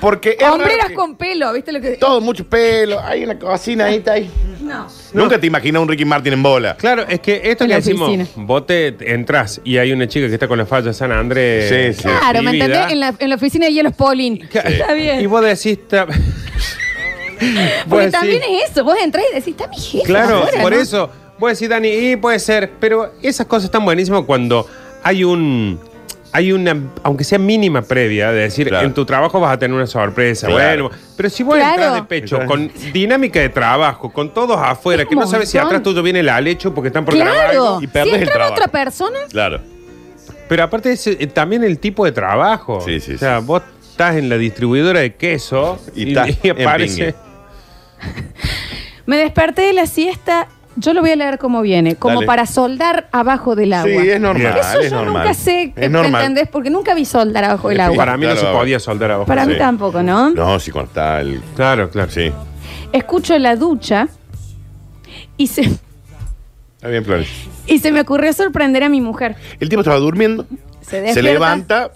Speaker 2: Porque es raro
Speaker 1: Hombreras
Speaker 2: que-
Speaker 1: con pelo, ¿viste lo que.?
Speaker 2: todo mucho pelo, hay una cocina ahí, está ahí.
Speaker 1: No.
Speaker 2: Nunca te imaginas un Ricky Martin en bola.
Speaker 3: Claro, es que esto
Speaker 1: En
Speaker 3: que
Speaker 1: la
Speaker 3: decimos,
Speaker 1: oficina.
Speaker 3: vos te entras y hay una chica que está con la falla de San Andrés.
Speaker 2: Sí, sí.
Speaker 1: Claro, ¿me
Speaker 3: vivida.
Speaker 1: entendés? En la, en la oficina de hielos Polin.
Speaker 2: Pues
Speaker 1: Está bien.
Speaker 3: Y vos decís. ta- vos
Speaker 1: Porque
Speaker 3: decís-
Speaker 1: también es eso. Vos entrás y decís, está mi jefe.
Speaker 3: Claro,
Speaker 1: afuera,
Speaker 3: por
Speaker 1: ¿no?
Speaker 3: eso. Voy a decir, Dani, y puede ser, pero esas cosas están buenísimas cuando hay un. Hay una, aunque sea mínima previa, de decir, en tu trabajo vas a tener una sorpresa.
Speaker 2: Claro.
Speaker 3: Bueno, pero si vos
Speaker 1: Claro.
Speaker 3: entras de pecho, con dinámica de trabajo, con todos afuera, que no sabes si
Speaker 1: montón.
Speaker 3: atrás tuyo viene el alecho porque están por grabar
Speaker 1: Claro.
Speaker 3: algo,
Speaker 1: Si entraba otra persona,
Speaker 2: Claro.
Speaker 3: Pero aparte es eh, también el tipo de trabajo. O sea, vos estás en la distribuidora de queso y,
Speaker 2: estás
Speaker 3: y
Speaker 2: en
Speaker 3: aparece.
Speaker 2: pingue.
Speaker 1: me desperté de la siesta. Yo lo voy a leer como viene, como
Speaker 2: Dale.
Speaker 1: para soldar abajo del agua.
Speaker 2: Sí, es normal,
Speaker 1: Eso
Speaker 2: es
Speaker 1: yo
Speaker 2: normal.
Speaker 1: nunca sé,
Speaker 2: Es normal.
Speaker 1: ¿entendés? Porque nunca vi soldar abajo del
Speaker 2: Sí,
Speaker 1: agua.
Speaker 3: Para mí no
Speaker 2: Claro,
Speaker 3: se
Speaker 2: abajo.
Speaker 3: podía soldar abajo.
Speaker 1: Para mí
Speaker 2: Sí.
Speaker 1: tampoco, ¿no?
Speaker 2: No, si cuando está el.
Speaker 3: Claro, claro.
Speaker 2: Sí.
Speaker 1: Escucho la ducha y se,
Speaker 2: Está bien, Flores.
Speaker 1: y se me ocurrió sorprender a mi mujer.
Speaker 2: El tipo estaba durmiendo,
Speaker 1: Se,
Speaker 2: se
Speaker 1: despierta,
Speaker 2: levanta.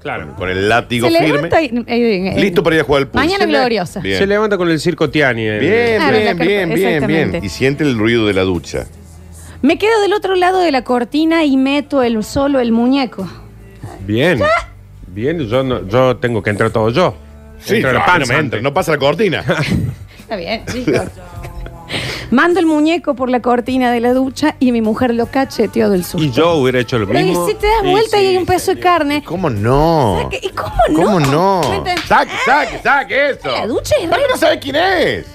Speaker 3: Claro.
Speaker 2: Con el látigo
Speaker 1: se
Speaker 2: firme.
Speaker 1: levanta y- eh, eh,
Speaker 2: Listo para ir a jugar al pool.
Speaker 1: Mañana gloriosa.
Speaker 2: Bien.
Speaker 3: Se levanta con el circo Tiani. el-
Speaker 2: Bien,
Speaker 1: Claro, Ah, la
Speaker 2: bien,
Speaker 1: carpa-
Speaker 2: bien, bien,
Speaker 1: exactamente.
Speaker 2: bien. Y siente el ruido de la ducha.
Speaker 1: Me quedo del otro lado de la cortina y meto el solo el muñeco.
Speaker 3: Bien. Bien, yo, no- yo tengo que entrar todo yo.
Speaker 2: Sí,
Speaker 3: Entra
Speaker 2: no,
Speaker 3: la panza
Speaker 2: no me entra,
Speaker 3: antes.
Speaker 2: no pasa la cortina.
Speaker 1: Está bien, chicos. Mando el muñeco por la cortina de la ducha y mi mujer lo cacheteó del susto.
Speaker 3: Y yo hubiera hecho lo
Speaker 1: Pero y
Speaker 3: mismo.
Speaker 1: si te das
Speaker 3: Y
Speaker 1: vuelta y hay un pedazo de carne.
Speaker 2: ¿Cómo no?
Speaker 1: ¿Y cómo no?
Speaker 2: ¿Cómo no?
Speaker 1: ¿Me entendés?
Speaker 2: Saque, saque, saque eso.
Speaker 1: La ducha es re-
Speaker 2: ¿Para qué no sabe quién es?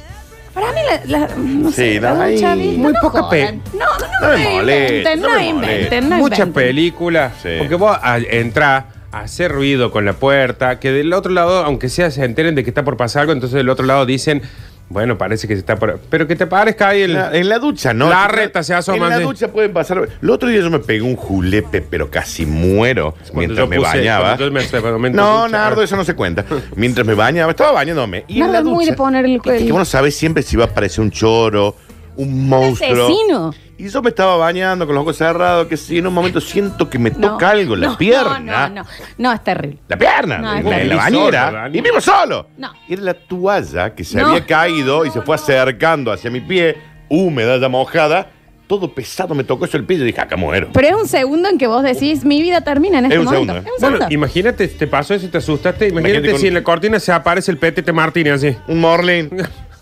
Speaker 1: Para mí la, la- no
Speaker 2: Sí,
Speaker 1: sé, la
Speaker 2: no, ahí-
Speaker 1: ducha, ¿viste?
Speaker 3: muy
Speaker 1: no
Speaker 3: poca pe-
Speaker 1: jodan. No, no,
Speaker 2: No me
Speaker 1: no
Speaker 2: moleste,
Speaker 1: inventen,
Speaker 2: no
Speaker 1: no
Speaker 2: me
Speaker 1: inventen, no
Speaker 3: Muchas
Speaker 1: inventen.
Speaker 3: películas. Porque vos a- entrás a hacer ruido con la puerta, que del otro lado, aunque sea se enteren de que está por pasar algo, entonces del otro lado dicen, bueno, parece que se está por. Pero que te parezca ahí el.
Speaker 2: La- en la ducha, ¿no?
Speaker 3: La reta se asoma.
Speaker 2: En la
Speaker 3: así.
Speaker 2: ducha pueden pasar. El otro día yo me pegué un julepe, pero casi muero
Speaker 3: Cuando
Speaker 2: mientras
Speaker 3: yo
Speaker 2: me
Speaker 3: puse-
Speaker 2: bañaba.
Speaker 3: cuando yo me- cuando me entré a
Speaker 2: No,
Speaker 3: ducha,
Speaker 2: Nardo, eso no se cuenta. Mientras me bañaba, estaba bañándome. Y en
Speaker 1: Nada
Speaker 2: la
Speaker 1: es muy
Speaker 2: ducha.
Speaker 1: de poner el
Speaker 2: Es que
Speaker 1: el-
Speaker 2: uno sabe siempre si va a aparecer un choro, un monstruo.
Speaker 1: asesino.
Speaker 2: Y yo me estaba bañando con los ojos cerrados, que si en un momento siento que me toca algo, la
Speaker 1: no,
Speaker 2: pierna.
Speaker 1: No, no, no, no, es terrible.
Speaker 2: La pierna,
Speaker 1: No,
Speaker 2: de-
Speaker 1: es
Speaker 2: de
Speaker 1: terrible.
Speaker 2: la
Speaker 3: Solo,
Speaker 2: bañera.
Speaker 3: Dani.
Speaker 2: Y vivo solo.
Speaker 1: No.
Speaker 2: Era la toalla que se
Speaker 1: No.
Speaker 2: había caído y se fue acercando hacia mi pie, húmeda ya mojada. Todo pesado me tocó eso el pie y dije, "Ah, acá muero.
Speaker 1: Pero es un segundo en que vos decís, mi vida termina en
Speaker 2: Es
Speaker 1: este
Speaker 2: un
Speaker 1: momento.
Speaker 2: segundo, ¿eh?
Speaker 1: Es un
Speaker 3: Bueno,
Speaker 1: segundo.
Speaker 3: imagínate, te pasó eso y te asustaste. Imagínate,
Speaker 2: Imagínate con-
Speaker 3: si en la cortina se aparece el Petete Martínez así.
Speaker 2: Un morlin.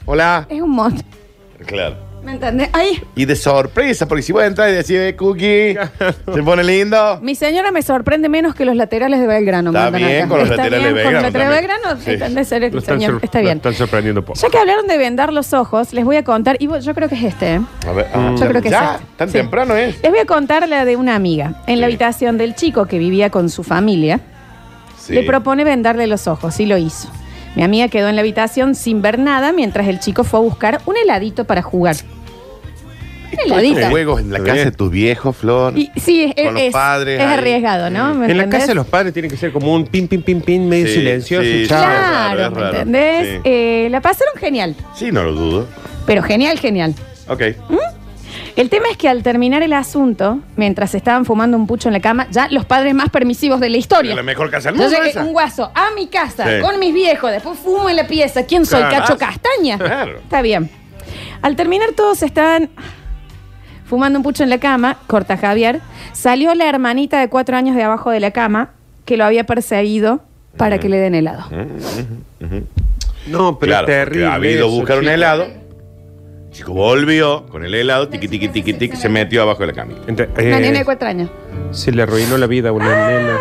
Speaker 2: Hola.
Speaker 1: Es un monstruo.
Speaker 2: Claro.
Speaker 1: ¿Me entendés? Ay,
Speaker 2: Y de sorpresa, porque si voy a entrar y decir, eh, Cookie, se pone lindo.
Speaker 1: mi señora me sorprende menos que los laterales de Belgrano.
Speaker 2: Está
Speaker 1: mandan
Speaker 2: bien
Speaker 1: acá.
Speaker 2: con los
Speaker 1: Está
Speaker 2: laterales
Speaker 1: bien
Speaker 2: de
Speaker 1: con los
Speaker 2: Belgrano
Speaker 1: laterales de
Speaker 2: también.
Speaker 1: Belgrano,
Speaker 2: Sí.
Speaker 1: ¿entendés? Ser-
Speaker 3: Lo están,
Speaker 1: señor,
Speaker 3: sor-
Speaker 1: está
Speaker 3: lo
Speaker 1: bien.
Speaker 3: están sorprendiendo poco.
Speaker 1: Ya que hablaron de vendar los ojos, les voy a contar, y vos- yo creo que es este, ¿eh?
Speaker 2: A ver, ah,
Speaker 1: Yo creo que
Speaker 2: ya,
Speaker 1: es este.
Speaker 2: tan
Speaker 1: Sí.
Speaker 2: temprano es.
Speaker 1: Les voy a contar la de una amiga. En la habitación del chico que vivía con su familia, le propone vendarle los ojos y lo hizo. Mi amiga quedó en la habitación sin ver nada mientras el chico fue a buscar un heladito para jugar. Un heladito.
Speaker 2: juegos en la
Speaker 3: Está
Speaker 2: casa de
Speaker 3: bien.
Speaker 2: tus viejos, Flor.
Speaker 1: Y, sí, es,
Speaker 2: Con los
Speaker 1: es-
Speaker 2: padres
Speaker 1: es
Speaker 2: ahí.
Speaker 1: arriesgado, ¿no? ¿Me
Speaker 3: En la
Speaker 1: entendés?
Speaker 3: casa de los padres tiene que ser como un pin, pin, pin, pin, medio
Speaker 2: Sí,
Speaker 3: silencioso.
Speaker 2: sí,
Speaker 3: chao.
Speaker 2: sí.
Speaker 1: Claro,
Speaker 2: Es raro, es
Speaker 1: ¿me
Speaker 2: raro.
Speaker 1: entendés?
Speaker 2: Sí.
Speaker 1: Eh, la pasaron genial,
Speaker 2: Sí, no lo dudo.
Speaker 1: pero genial, genial.
Speaker 2: Ok.
Speaker 1: El tema es que al terminar el asunto, mientras estaban fumando un pucho en la cama, ya los padres más permisivos de la historia.
Speaker 2: La mejor casa del
Speaker 1: Yo
Speaker 2: mundo.
Speaker 1: llegué
Speaker 2: esa.
Speaker 1: un guaso a mi casa
Speaker 2: Sí.
Speaker 1: con mis viejos, después fumo en la pieza. ¿Quién soy?
Speaker 2: Claro. Ah,
Speaker 1: ¿Cacho Castaña?
Speaker 2: Claro.
Speaker 1: Está bien. Al terminar todos están fumando un pucho en la cama, corta Javier. Salió la hermanita de cuatro años de abajo de la cama que lo había perseguido para que le den helado.
Speaker 3: No, pero
Speaker 2: Claro,
Speaker 3: es terrible.
Speaker 2: ha habido
Speaker 3: eso,
Speaker 2: buscar un
Speaker 3: chico.
Speaker 2: helado. El Chico volvió con el helado, tiqui, tiqui, tiqui, tiqui, se metió abajo de la cama.
Speaker 3: Ente-
Speaker 1: Una
Speaker 3: eh,
Speaker 1: nena de cuatro años.
Speaker 3: se le arruinó la vida a una nena.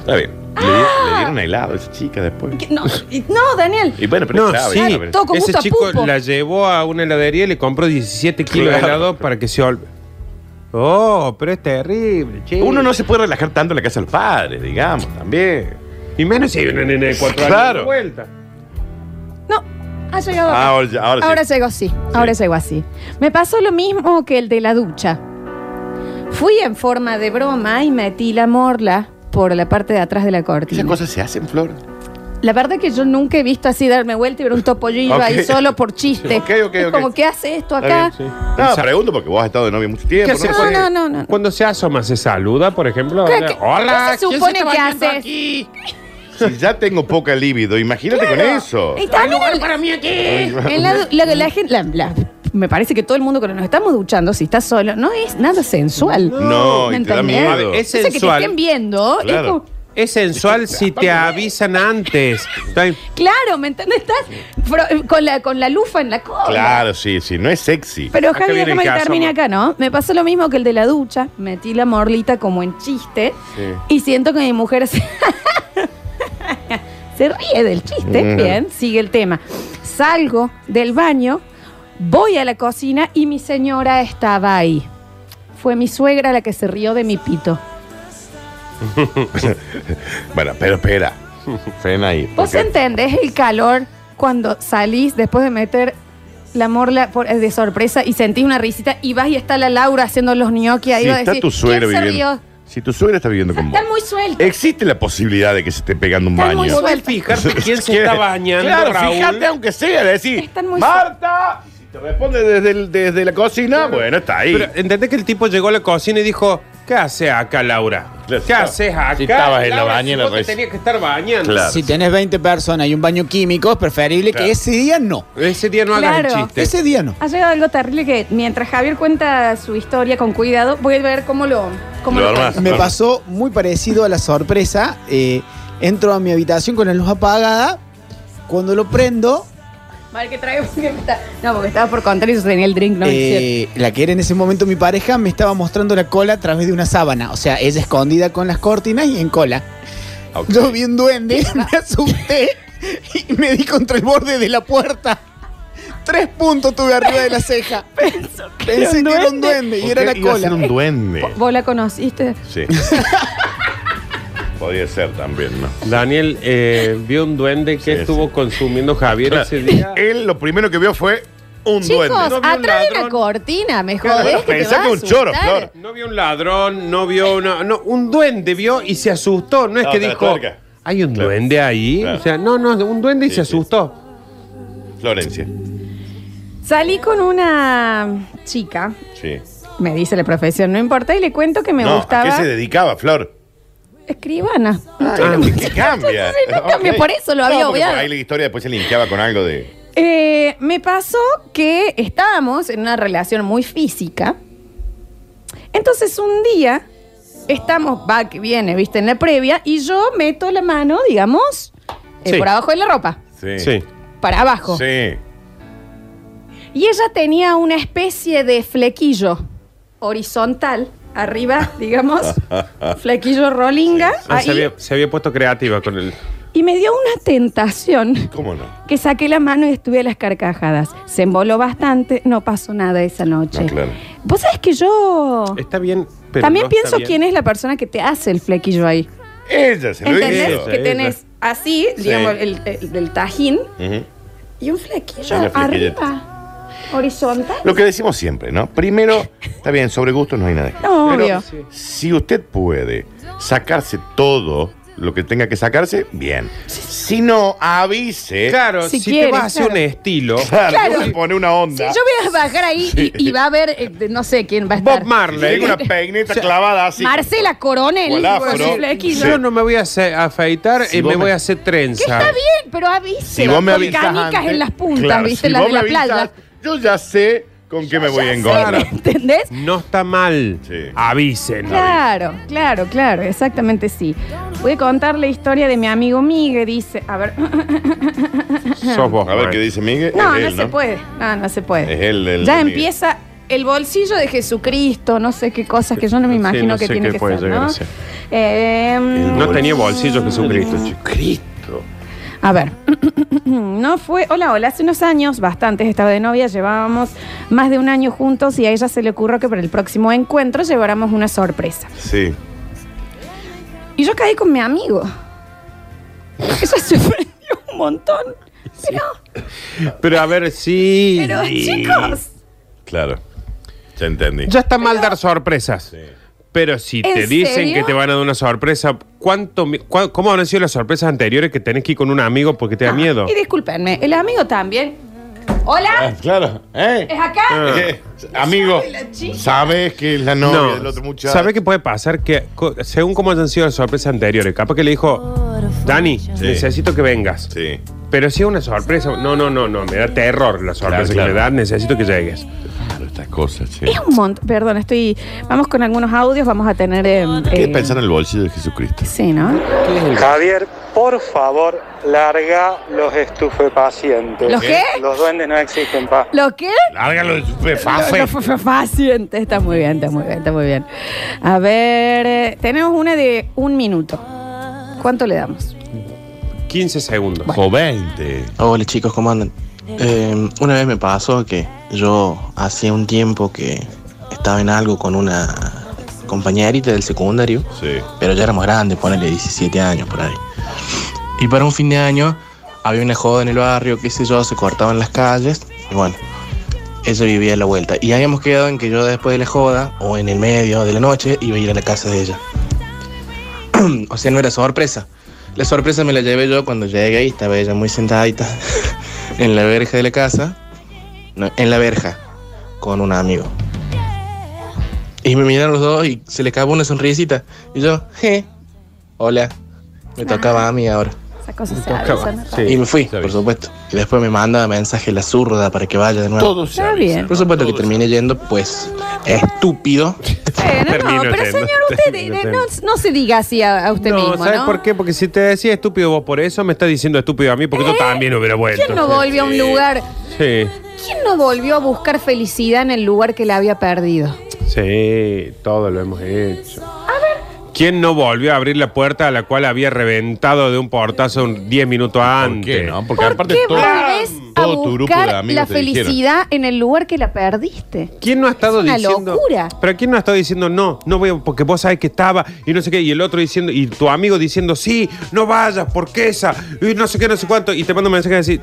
Speaker 2: Está bien. Le, di- le dieron helado a esa chica después.
Speaker 1: Ah. ¿Qué? No, y- no, Daniel.
Speaker 2: Y bueno, pero
Speaker 3: No,
Speaker 2: estaba
Speaker 3: sí.
Speaker 2: bien,
Speaker 1: Todo con
Speaker 3: Ese
Speaker 1: gusto a
Speaker 3: chico
Speaker 1: pulpo.
Speaker 3: la llevó a una heladería y le compró 17 kilos
Speaker 2: Claro.
Speaker 3: de helado para que se olvide. Oh, pero es terrible, che.
Speaker 2: Uno no se puede relajar tanto en la casa de los padres, digamos, también.
Speaker 3: Y menos si hay una nena de cuatro años.
Speaker 2: Claro.
Speaker 3: de vuelta.
Speaker 1: No, ha llegado. acá.
Speaker 2: Ah, Ahora, ya- ahora sí.
Speaker 1: Ahora llegó así, ahora llegó así. Me pasó lo mismo que el de la ducha. Fui en forma de broma y metí la morla por la parte de atrás de la cortina.
Speaker 2: ¿Esas cosas se hacen, Flor?
Speaker 1: La verdad que yo nunca he visto así darme vuelta y ver un topollillo
Speaker 2: Ok.
Speaker 1: ahí solo por chiste.
Speaker 2: Ok, ok,
Speaker 1: Es
Speaker 2: ok.
Speaker 1: como que hace esto
Speaker 2: Está
Speaker 1: acá.
Speaker 2: bien, sí. No, pregunto porque vos has estado de novia mucho tiempo.
Speaker 1: hace
Speaker 2: sé.
Speaker 1: Ah. No, no, no, no.
Speaker 3: Cuando se asoma, se saluda, por ejemplo.
Speaker 1: ¿Qué-
Speaker 3: Hola,
Speaker 1: qué-
Speaker 3: Hola,
Speaker 1: ¿qué se
Speaker 3: ¿quién
Speaker 1: supone
Speaker 3: está
Speaker 1: que
Speaker 3: bañando
Speaker 1: haces?
Speaker 3: aquí?
Speaker 2: Si ya tengo poca libido, imagínate
Speaker 1: Claro.
Speaker 2: con eso.
Speaker 1: Y también el-
Speaker 2: Ay,
Speaker 1: en la, la- la gente- la- la- me parece que todo el mundo cuando nos estamos duchando, si estás solo, no es nada sensual.
Speaker 3: No,
Speaker 1: ¿Me
Speaker 3: y te da
Speaker 1: entendés?
Speaker 3: miedo. A ver, es
Speaker 1: Entonces, que te
Speaker 3: sensual.
Speaker 1: estén viendo. es
Speaker 3: Claro.
Speaker 1: como-
Speaker 3: Es sensual si te avisan antes. Está bien.
Speaker 1: claro, ¿me entendés? Estás fro- con la, con la lufa en la cola.
Speaker 2: Claro, sí, sí, no es sexy.
Speaker 1: Pero
Speaker 2: Acá
Speaker 1: Javi,
Speaker 2: viene el
Speaker 1: déjame que
Speaker 2: caso,
Speaker 1: termine
Speaker 2: ma-
Speaker 1: acá, ¿no? Me pasó lo mismo que el de la ducha. Metí la morlita como en chiste.
Speaker 2: Sí.
Speaker 1: Y siento que mi mujer se, se ríe del chiste.
Speaker 2: Mm.
Speaker 1: Bien, sigue el tema. Salgo del baño, voy a la cocina y mi señora estaba ahí. Fue mi suegra la que se rió de mi pito.
Speaker 2: bueno, pero espera. Frena ahí.
Speaker 1: ¿Vos
Speaker 2: porque-
Speaker 1: entendés el calor cuando salís después de meter la morla por- eh, de sorpresa y sentís una risita y vas y está la Laura haciendo los gnocchi ahí?
Speaker 2: si
Speaker 1: vas a
Speaker 2: está
Speaker 1: decir,
Speaker 2: tu suegra
Speaker 1: "¿Quién se
Speaker 2: viviendo.
Speaker 1: rió?".
Speaker 2: Si tu suegra está viviendo con vos.
Speaker 1: Están muy sueltos.
Speaker 2: Existe la posibilidad de que se esté pegando un
Speaker 1: Están
Speaker 2: baño.
Speaker 1: muy
Speaker 2: Vos
Speaker 1: sueltos.
Speaker 3: Fijarte quién se está bañando,
Speaker 2: Claro,
Speaker 3: Raúl.
Speaker 2: fíjate aunque sea, le decís.
Speaker 1: Están muy
Speaker 2: ¡Marta! Y Si te responde desde, el- desde la cocina, bueno, está ahí.
Speaker 3: Pero entendés que el tipo llegó a la cocina y dijo, ¿qué haces acá, Laura? ¿Qué haces acá?
Speaker 11: Si estabas en la
Speaker 3: Laura,
Speaker 11: bañera,
Speaker 3: si vos te
Speaker 11: recién.
Speaker 3: tenías que estar bañando.
Speaker 11: Si tenés 20 personas y un baño químico, es preferible
Speaker 3: Claro.
Speaker 11: que ese día no.
Speaker 3: Ese día no
Speaker 1: Claro.
Speaker 3: hagas el chiste.
Speaker 11: Ese día no.
Speaker 1: Ha llegado algo terrible que mientras Javier cuenta su historia con cuidado, voy a ver cómo lo. Cómo
Speaker 2: Lo armás.
Speaker 11: Me
Speaker 2: Ajá.
Speaker 11: pasó muy parecido a la sorpresa. eh, entro a mi habitación con la luz apagada. Cuando lo prendo,
Speaker 1: Mal que traigo porque me está- No, porque estaba por contar y yo tenía el drink, ¿no?
Speaker 11: eh, la que era en ese momento mi pareja me estaba mostrando la cola a través de una sábana. O sea, ella escondida con las cortinas y en cola.
Speaker 2: Ok.
Speaker 11: Yo vi un duende, me asusté y me di contra el borde de la puerta. Tres puntos tuve arriba de la ceja. Pensé que era un duende y
Speaker 2: ¿Por
Speaker 11: era
Speaker 2: qué
Speaker 11: la
Speaker 2: iba a ser
Speaker 11: cola.
Speaker 2: un duende.
Speaker 1: ¿Vos la conociste?
Speaker 2: Sí. Podría ser también, ¿no?
Speaker 3: Daniel eh, vio un duende que estuvo consumiendo Javier ese día.
Speaker 2: Él lo primero que vio fue un
Speaker 1: Chicos,
Speaker 2: duende.
Speaker 3: No vi un
Speaker 1: atrás de una
Speaker 3: ladrón.
Speaker 1: cortina, me
Speaker 3: Claro,
Speaker 1: jodés que te
Speaker 2: pensá
Speaker 1: va
Speaker 2: que
Speaker 1: a
Speaker 2: un choro,
Speaker 1: asustar.
Speaker 2: Flor.
Speaker 3: No vio un ladrón, no vio una. No, un duende vio y se asustó. No es
Speaker 2: No,
Speaker 3: que
Speaker 2: te la
Speaker 3: dijo.
Speaker 2: tuerca.
Speaker 3: Hay un
Speaker 2: Claro.
Speaker 3: duende ahí.
Speaker 2: Claro.
Speaker 3: O sea, no, no, un duende y se asustó.
Speaker 2: Florencia.
Speaker 1: Salí con una chica,
Speaker 2: Sí.
Speaker 1: me dice la profesión, no importa, y le cuento que me
Speaker 2: No, ¿A
Speaker 1: gustaba
Speaker 2: qué se dedicaba, Flor?
Speaker 1: escribana.
Speaker 2: Ah, ¿Qué cambia?
Speaker 1: Sí, no cambia,
Speaker 2: Ok.
Speaker 1: por eso lo había
Speaker 2: No, porque por
Speaker 1: obviado.
Speaker 2: Ahí la historia después se linkeaba con algo de.
Speaker 1: Eh, me pasó que estábamos en una relación muy física. Entonces un día estamos, va que viene, viste, en la previa, y yo meto la mano, digamos, eh,
Speaker 3: Sí.
Speaker 1: por abajo de la ropa,
Speaker 2: Sí.
Speaker 3: Sí.
Speaker 1: para abajo.
Speaker 2: Sí.
Speaker 1: Y ella tenía una especie de flequillo horizontal, arriba, digamos, flequillo rolinga,
Speaker 3: Ah,
Speaker 1: ahí,
Speaker 3: se, había, se había puesto creativa con el.
Speaker 1: y me dio una tentación.
Speaker 2: ¿Cómo no?
Speaker 1: Que saqué la mano y estuve a las carcajadas. Se emboló bastante, no pasó nada esa noche.
Speaker 2: No, Ah, claro.
Speaker 1: Vos sabés que yo
Speaker 2: Eh,
Speaker 3: Está bien, pero.
Speaker 1: también
Speaker 3: no está
Speaker 1: pienso
Speaker 3: bien.
Speaker 1: quién es la persona que te hace el flequillo ahí.
Speaker 2: Ella se lo
Speaker 1: ¿Entendés?
Speaker 2: hizo.
Speaker 1: que
Speaker 3: ella.
Speaker 1: tenés así,
Speaker 2: Sí.
Speaker 1: digamos, el, el- del tajín
Speaker 2: Ujú.
Speaker 1: y un flequillo
Speaker 2: Una flequilleta.
Speaker 1: arriba, horizontal.
Speaker 2: Lo que decimos siempre, ¿no? Primero, está bien, sobre gustos no hay nada. que-
Speaker 1: No,
Speaker 2: Pero
Speaker 1: obvio.
Speaker 2: si usted puede sacarse todo lo que tenga que sacarse, bien. Si no, avise.
Speaker 3: Claro,
Speaker 1: Si
Speaker 3: Eh, si,
Speaker 1: quiere,
Speaker 3: te vas a hacer
Speaker 1: claro.
Speaker 3: un estilo.
Speaker 2: Claro,
Speaker 1: Claro.
Speaker 2: no se pone una
Speaker 1: Si
Speaker 2: onda.
Speaker 1: yo voy a bajar ahí y- y, va a haber, eh, de- no sé quién va a estar.
Speaker 3: Bob
Speaker 2: Le
Speaker 3: Marley.
Speaker 2: digo una peineta clavada así.
Speaker 1: Marcela Coronel
Speaker 2: O el afro.
Speaker 1: con su flequillo.
Speaker 2: Sí.
Speaker 3: Yo no me voy a hacer- a afeitar
Speaker 2: Si
Speaker 3: y
Speaker 2: vos
Speaker 3: me
Speaker 2: me-
Speaker 3: voy a hacer trenza.
Speaker 1: Está bien, pero avisa.
Speaker 2: Si vos me
Speaker 1: con
Speaker 2: avisas
Speaker 1: canicas
Speaker 2: antes,
Speaker 1: en las puntas,
Speaker 2: claro,
Speaker 1: ¿viste?
Speaker 2: si
Speaker 1: las
Speaker 2: vos
Speaker 1: de
Speaker 2: me
Speaker 1: la
Speaker 2: avisas,
Speaker 1: playa.
Speaker 2: Yo ya sé con qué me voy a
Speaker 1: ¿Me
Speaker 2: encontrar.
Speaker 1: entendés?
Speaker 3: No está mal.
Speaker 2: Sí.
Speaker 3: Avisen.
Speaker 1: Claro, claro, claro, exactamente sí. Voy a contar la historia de mi amigo Migue, dice, a ver,
Speaker 3: Sos vos.
Speaker 2: A ver qué
Speaker 3: Mike.
Speaker 2: dice Miguel.
Speaker 1: no,
Speaker 2: Es
Speaker 1: no
Speaker 2: él,
Speaker 1: se puede, no, no se puede.
Speaker 2: Es él, el
Speaker 1: ya
Speaker 2: de Miguel.
Speaker 1: empieza el bolsillo de Jesucristo, no sé qué cosas que yo no me
Speaker 3: Sí, no
Speaker 1: imagino que
Speaker 3: sé
Speaker 1: tiene
Speaker 3: qué
Speaker 1: que
Speaker 3: puede
Speaker 1: ser,
Speaker 3: llegar
Speaker 1: ¿no?
Speaker 3: a ser.
Speaker 1: Eh,
Speaker 3: No tenía bolsillo Jesucristo.
Speaker 2: Jesucristo.
Speaker 1: A ver, no fue, hola, hola, hace unos años, bastantes, estaba de novia, llevábamos más de un año juntos y a ella se le ocurrió que para el próximo encuentro lleváramos una sorpresa.
Speaker 2: Sí.
Speaker 1: Y yo caí con mi amigo. Eso se prendió un montón. Pero,
Speaker 3: Pero a ver, sí.
Speaker 1: pero
Speaker 3: sí.
Speaker 1: chicos,
Speaker 2: Claro. Ya entendí.
Speaker 3: Ya está mal dar sorpresas. Pero si
Speaker 2: ¿En
Speaker 3: te dicen
Speaker 2: serio?
Speaker 3: que te van a dar una sorpresa, ¿cuánto, mi- cua- ¿cómo habrán sido las sorpresas anteriores que tenés que ir con un amigo porque te da miedo?
Speaker 1: Ah,
Speaker 3: Ah.
Speaker 1: Y discúlpenme, el amigo también. Hola,
Speaker 2: Ah, claro.
Speaker 1: ¿es acá?
Speaker 2: Eh, Amigo, ¿sabes que es la novia
Speaker 3: No,
Speaker 2: del otro muchacho?
Speaker 3: ¿Sabes qué puede pasar? Que co- según cómo hayan sido las sorpresas anteriores, capaz que le dijo, Dani, necesito que vengas.
Speaker 2: Sí.
Speaker 3: Pero si es una sorpresa, no, no, no, no, me da terror la sorpresa
Speaker 2: claro.
Speaker 3: que me da, necesito que llegues.
Speaker 2: Estas cosas, che.
Speaker 1: Es un montón. Perdón, estoy. Vamos con algunos audios, vamos a tener. eh,
Speaker 2: ¿Qué
Speaker 1: eh,
Speaker 2: pensar en el bolsillo de Jesucristo?
Speaker 1: Sí, ¿no?
Speaker 12: Javier, por favor, larga los estufepacientes.
Speaker 1: ¿Los qué?
Speaker 12: Los duendes no existen, pa.
Speaker 1: ¿Lo qué?
Speaker 2: Lárgalo de
Speaker 1: No, no, fue- fue paciente. Está muy bien, está muy bien, está muy bien. A ver, eh, tenemos una de un minuto. ¿Cuánto le damos?
Speaker 3: 15 segundos.
Speaker 2: O 20.
Speaker 13: Hola chicos, ¿cómo andan? Eh, una vez me pasó que yo hacía un tiempo que estaba en algo con una compañerita del secundario, pero ya éramos grandes, ponele 17 años por ahí. Y para un fin de año había una joda en el barrio, qué sé yo, se cortaban las calles, y bueno, ella vivía a la vuelta. Y habíamos quedado en que yo después de la joda, o en el medio de la noche, iba a ir a la casa de ella. o sea, no era sorpresa. La sorpresa me la llevé yo cuando llegué y estaba ella muy sentadita en la verja de la casa. No, en la verja, con un amigo. Y me miran los dos y se le acabó una sonrisita. Y yo, je, hola, me tocaba a mí ahora.
Speaker 1: Esas cosas se
Speaker 13: tocaba,
Speaker 1: avisan, ¿no?
Speaker 13: y me fui, por supuesto. Y después me mandaba mensaje la zurda para que vaya de nuevo.
Speaker 1: Todo se Está avisa, bien.
Speaker 13: Por supuesto que terminé yendo, pues, estúpido.
Speaker 1: No, no, pero señor, usted eh, no, no se diga así a, a usted
Speaker 3: No,
Speaker 1: este mismo,
Speaker 3: ¿sabes
Speaker 1: ¿no?
Speaker 3: por qué? Porque si te decía estúpido vos por eso, me estás diciendo estúpido a mí porque yo también hubiera vuelto.
Speaker 1: ¿Eh? ¿Quién no volvió a un
Speaker 3: Sí.
Speaker 1: lugar?
Speaker 3: Sí,
Speaker 1: ¿Quién no volvió a buscar felicidad en el lugar que la había perdido?
Speaker 3: sí, todo lo hemos hecho. ¿Quién no volvió a abrir la puerta a la cual había reventado de un portazo un 10 minutos antes? no?
Speaker 2: Porque aparte
Speaker 1: ¿Qué volvés a
Speaker 3: todo tu grupo de
Speaker 1: buscar
Speaker 3: amigos
Speaker 1: la
Speaker 3: te dijeron.
Speaker 1: felicidad en el lugar que la perdiste?
Speaker 3: ¿Quién no ha estado
Speaker 1: Es una
Speaker 3: diciendo?
Speaker 1: locura.
Speaker 3: Pero ¿quién no ha estado diciendo no? No voy a- porque vos sabés que estaba y no sé qué. Y el otro diciendo, y tu amigo diciendo, sí, no vayas, porque esa, y no sé qué, no sé cuánto. Y te mando un mensaje y decís,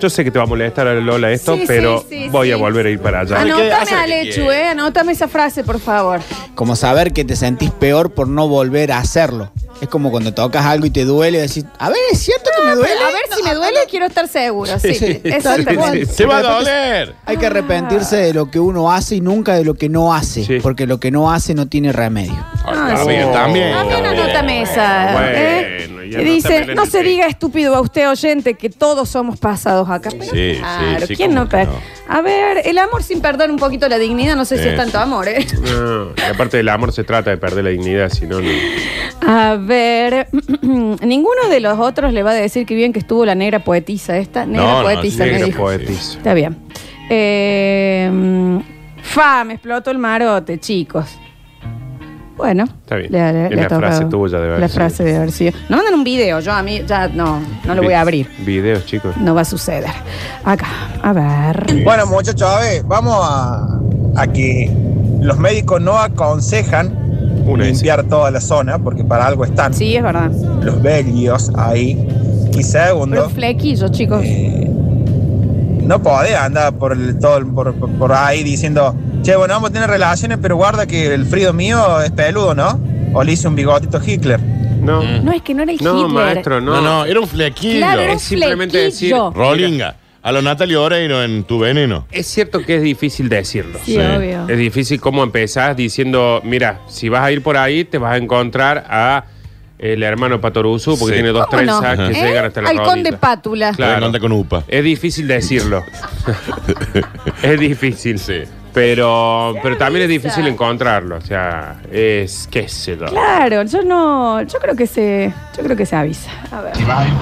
Speaker 3: yo sé que te va a molestar a Lola esto,
Speaker 1: Sí, sí,
Speaker 3: pero
Speaker 1: sí,
Speaker 3: voy a
Speaker 1: sí. Ah,
Speaker 3: volver a ir para allá.
Speaker 1: Anótame al hecho, ¿eh? Anótame esa frase, por favor.
Speaker 11: Como saber que te sentís peor por no volver a hacerlo. Es como cuando tocas algo y te duele, decís, a ver, ¿es cierto que me
Speaker 1: No,
Speaker 11: duele?
Speaker 1: pero A ver si me duele, quiero estar seguro. Sí,
Speaker 11: Sí, sí, sí,
Speaker 1: exactamente.
Speaker 11: sí, sí. Te va a doler. Hay que arrepentirse de lo que uno hace y nunca de lo que no hace, porque lo que no hace no tiene remedio.
Speaker 1: Ah,
Speaker 2: está bien, también.
Speaker 1: También anótame esa.
Speaker 2: Bueno,
Speaker 1: ¿eh?
Speaker 2: y
Speaker 1: Y
Speaker 2: anótamela
Speaker 1: dice,
Speaker 2: en
Speaker 1: no
Speaker 2: el
Speaker 1: se diga estúpido a usted oyente que todos somos pasados acá. Pero
Speaker 2: Sí, sí,
Speaker 1: claro,
Speaker 2: sí,
Speaker 1: ¿quién
Speaker 2: cómo
Speaker 1: no,
Speaker 2: que
Speaker 1: per-
Speaker 2: no.
Speaker 1: A ver, el amor sin perder un poquito la dignidad, no sé si
Speaker 3: Sí,
Speaker 1: es tanto
Speaker 3: sí.
Speaker 1: amor, ¿eh?
Speaker 3: No, y aparte del amor se trata de perder la dignidad, si no, no.
Speaker 1: A ver, ninguno de los otros le va a decir que bien que estuvo la negra poetisa esta. Negra
Speaker 3: No, no,
Speaker 1: poetisa, me
Speaker 3: negra
Speaker 1: dijo.
Speaker 3: poetisa.
Speaker 1: Está bien. Eh, mm, fa, me explotó el marote, chicos. Bueno,
Speaker 3: Está bien.
Speaker 1: le, le-
Speaker 3: Es
Speaker 1: le
Speaker 3: la
Speaker 1: ha tocado.
Speaker 3: frase tuya de haber
Speaker 1: La
Speaker 3: sido.
Speaker 1: frase de haber sido. No mandan un video, yo a mí ya no, no lo voy a abrir.
Speaker 3: Videos, chicos.
Speaker 1: No va a suceder. Acá, a ver.
Speaker 14: Bueno, muchachos, a ver, vamos a, a que los médicos no aconsejan limpiar toda la zona, porque para algo están.
Speaker 1: Sí, es verdad.
Speaker 14: Los bellos ahí. Y
Speaker 1: Pero
Speaker 14: segundo,
Speaker 1: flequillo, chicos.
Speaker 14: no podés andar por el- todo el- por, por- por ahí diciendo, che, bueno, vamos a tener relaciones, pero guarda que el frío mío es peludo, ¿no? O le hice un bigotito Hitler.
Speaker 3: No.
Speaker 1: No, es que no era Mm. el
Speaker 2: No,
Speaker 1: Hitler.
Speaker 2: maestro, no. No, no, era un flequillo.
Speaker 1: Claro, era un
Speaker 2: Es simplemente
Speaker 1: flequillo.
Speaker 2: Rolinga, a lo Natalia Oreiro en Tu Veneno.
Speaker 3: Es cierto que es difícil decirlo.
Speaker 1: Sí, Sí. obvio.
Speaker 3: Es difícil cómo empezás diciendo, mira, si vas a ir por ahí, te vas a encontrar a el hermano Patoruzú, porque
Speaker 2: Sí.
Speaker 3: tiene dos
Speaker 1: ¿Cómo no?
Speaker 3: trenzas que
Speaker 1: ¿Eh?
Speaker 3: llegan hasta la
Speaker 1: Al conde
Speaker 3: rodilla.
Speaker 1: Pátula.
Speaker 3: Claro.
Speaker 2: con UPA.
Speaker 3: Es difícil decirlo. es difícil, sí. Pero, pero también es difícil encontrarlo. O sea, es qué sé yo.
Speaker 1: Claro, yo no. Yo creo que se. Yo creo que se avisa. A ver.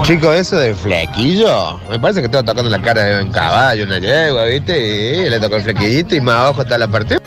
Speaker 15: Chicos, eso de flequillo, me parece que estaba tocando la cara de un caballo, una yegua, ¿viste? Y le tocó el flequillito y más abajo está la parte.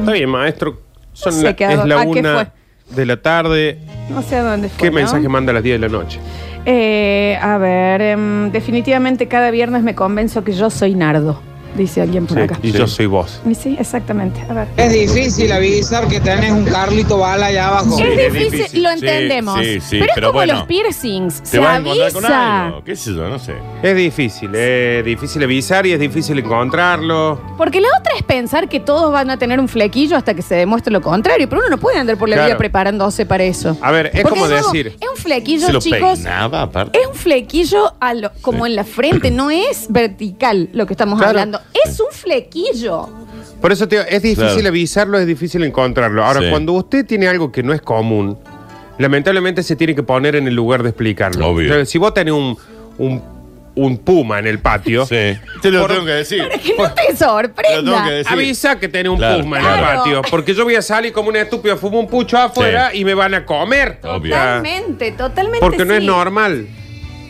Speaker 3: Está bien, maestro. Son
Speaker 1: Se
Speaker 3: la-
Speaker 1: quedó-
Speaker 3: es la
Speaker 1: ah, ¿qué
Speaker 3: una de la tarde.
Speaker 1: No sé a dónde fue.
Speaker 3: ¿Qué
Speaker 1: ¿no?
Speaker 3: mensaje manda a las 10 de la noche?
Speaker 1: Eh, a ver, em, definitivamente cada viernes me convenzo que yo soy nardo. dice alguien por
Speaker 3: Sí,
Speaker 1: acá.
Speaker 3: y yo soy vos.
Speaker 1: Y sí, exactamente. A ver.
Speaker 16: Es difícil avisar que tenés un Carlito Bala allá abajo.
Speaker 1: es, difícil, lo entendemos.
Speaker 2: sí, sí,
Speaker 1: pero es
Speaker 2: pero
Speaker 1: como
Speaker 2: bueno,
Speaker 1: los piercings.
Speaker 2: te
Speaker 1: Se
Speaker 2: vas a encontrar con
Speaker 1: avisa.
Speaker 2: algo. ¿Qué es eso? No sé.
Speaker 3: Es difícil, es difícil avisar y es difícil encontrarlo.
Speaker 1: Porque la otra es pensar que todos van a tener un flequillo hasta que se demuestre lo contrario. Pero uno no puede andar por la
Speaker 3: Claro.
Speaker 1: vida preparándose para eso.
Speaker 3: A ver, es
Speaker 1: Porque
Speaker 3: como
Speaker 1: es algo-
Speaker 3: decir.
Speaker 1: es un flequillo, Se lo chicos.
Speaker 2: peinaba aparte.
Speaker 1: Es un flequillo a lo- como en la frente, no es vertical lo que estamos
Speaker 3: Claro.
Speaker 1: hablando. Es un flequillo.
Speaker 3: Por eso, tío, es difícil
Speaker 2: Claro.
Speaker 3: avisarlo, es difícil encontrarlo. Ahora,
Speaker 2: Sí.
Speaker 3: cuando usted tiene algo que no es común, lamentablemente se tiene que poner en el lugar de explicarlo.
Speaker 2: Obvio.
Speaker 3: O sea, si vos tenés un, un, un puma en el patio.
Speaker 2: Te lo tengo que decir.
Speaker 1: Que no te
Speaker 2: Lo tengo que
Speaker 1: sorprenda.
Speaker 2: decir.
Speaker 3: Avisa que tenés un
Speaker 2: Claro,
Speaker 3: puma en el
Speaker 2: claro.
Speaker 3: patio, porque yo voy a salir como un estúpido, fumo un pucho afuera y me van a comer. Ah. O sea,
Speaker 1: Totalmente, totalmente.
Speaker 3: Porque no es
Speaker 1: sí.
Speaker 3: normal.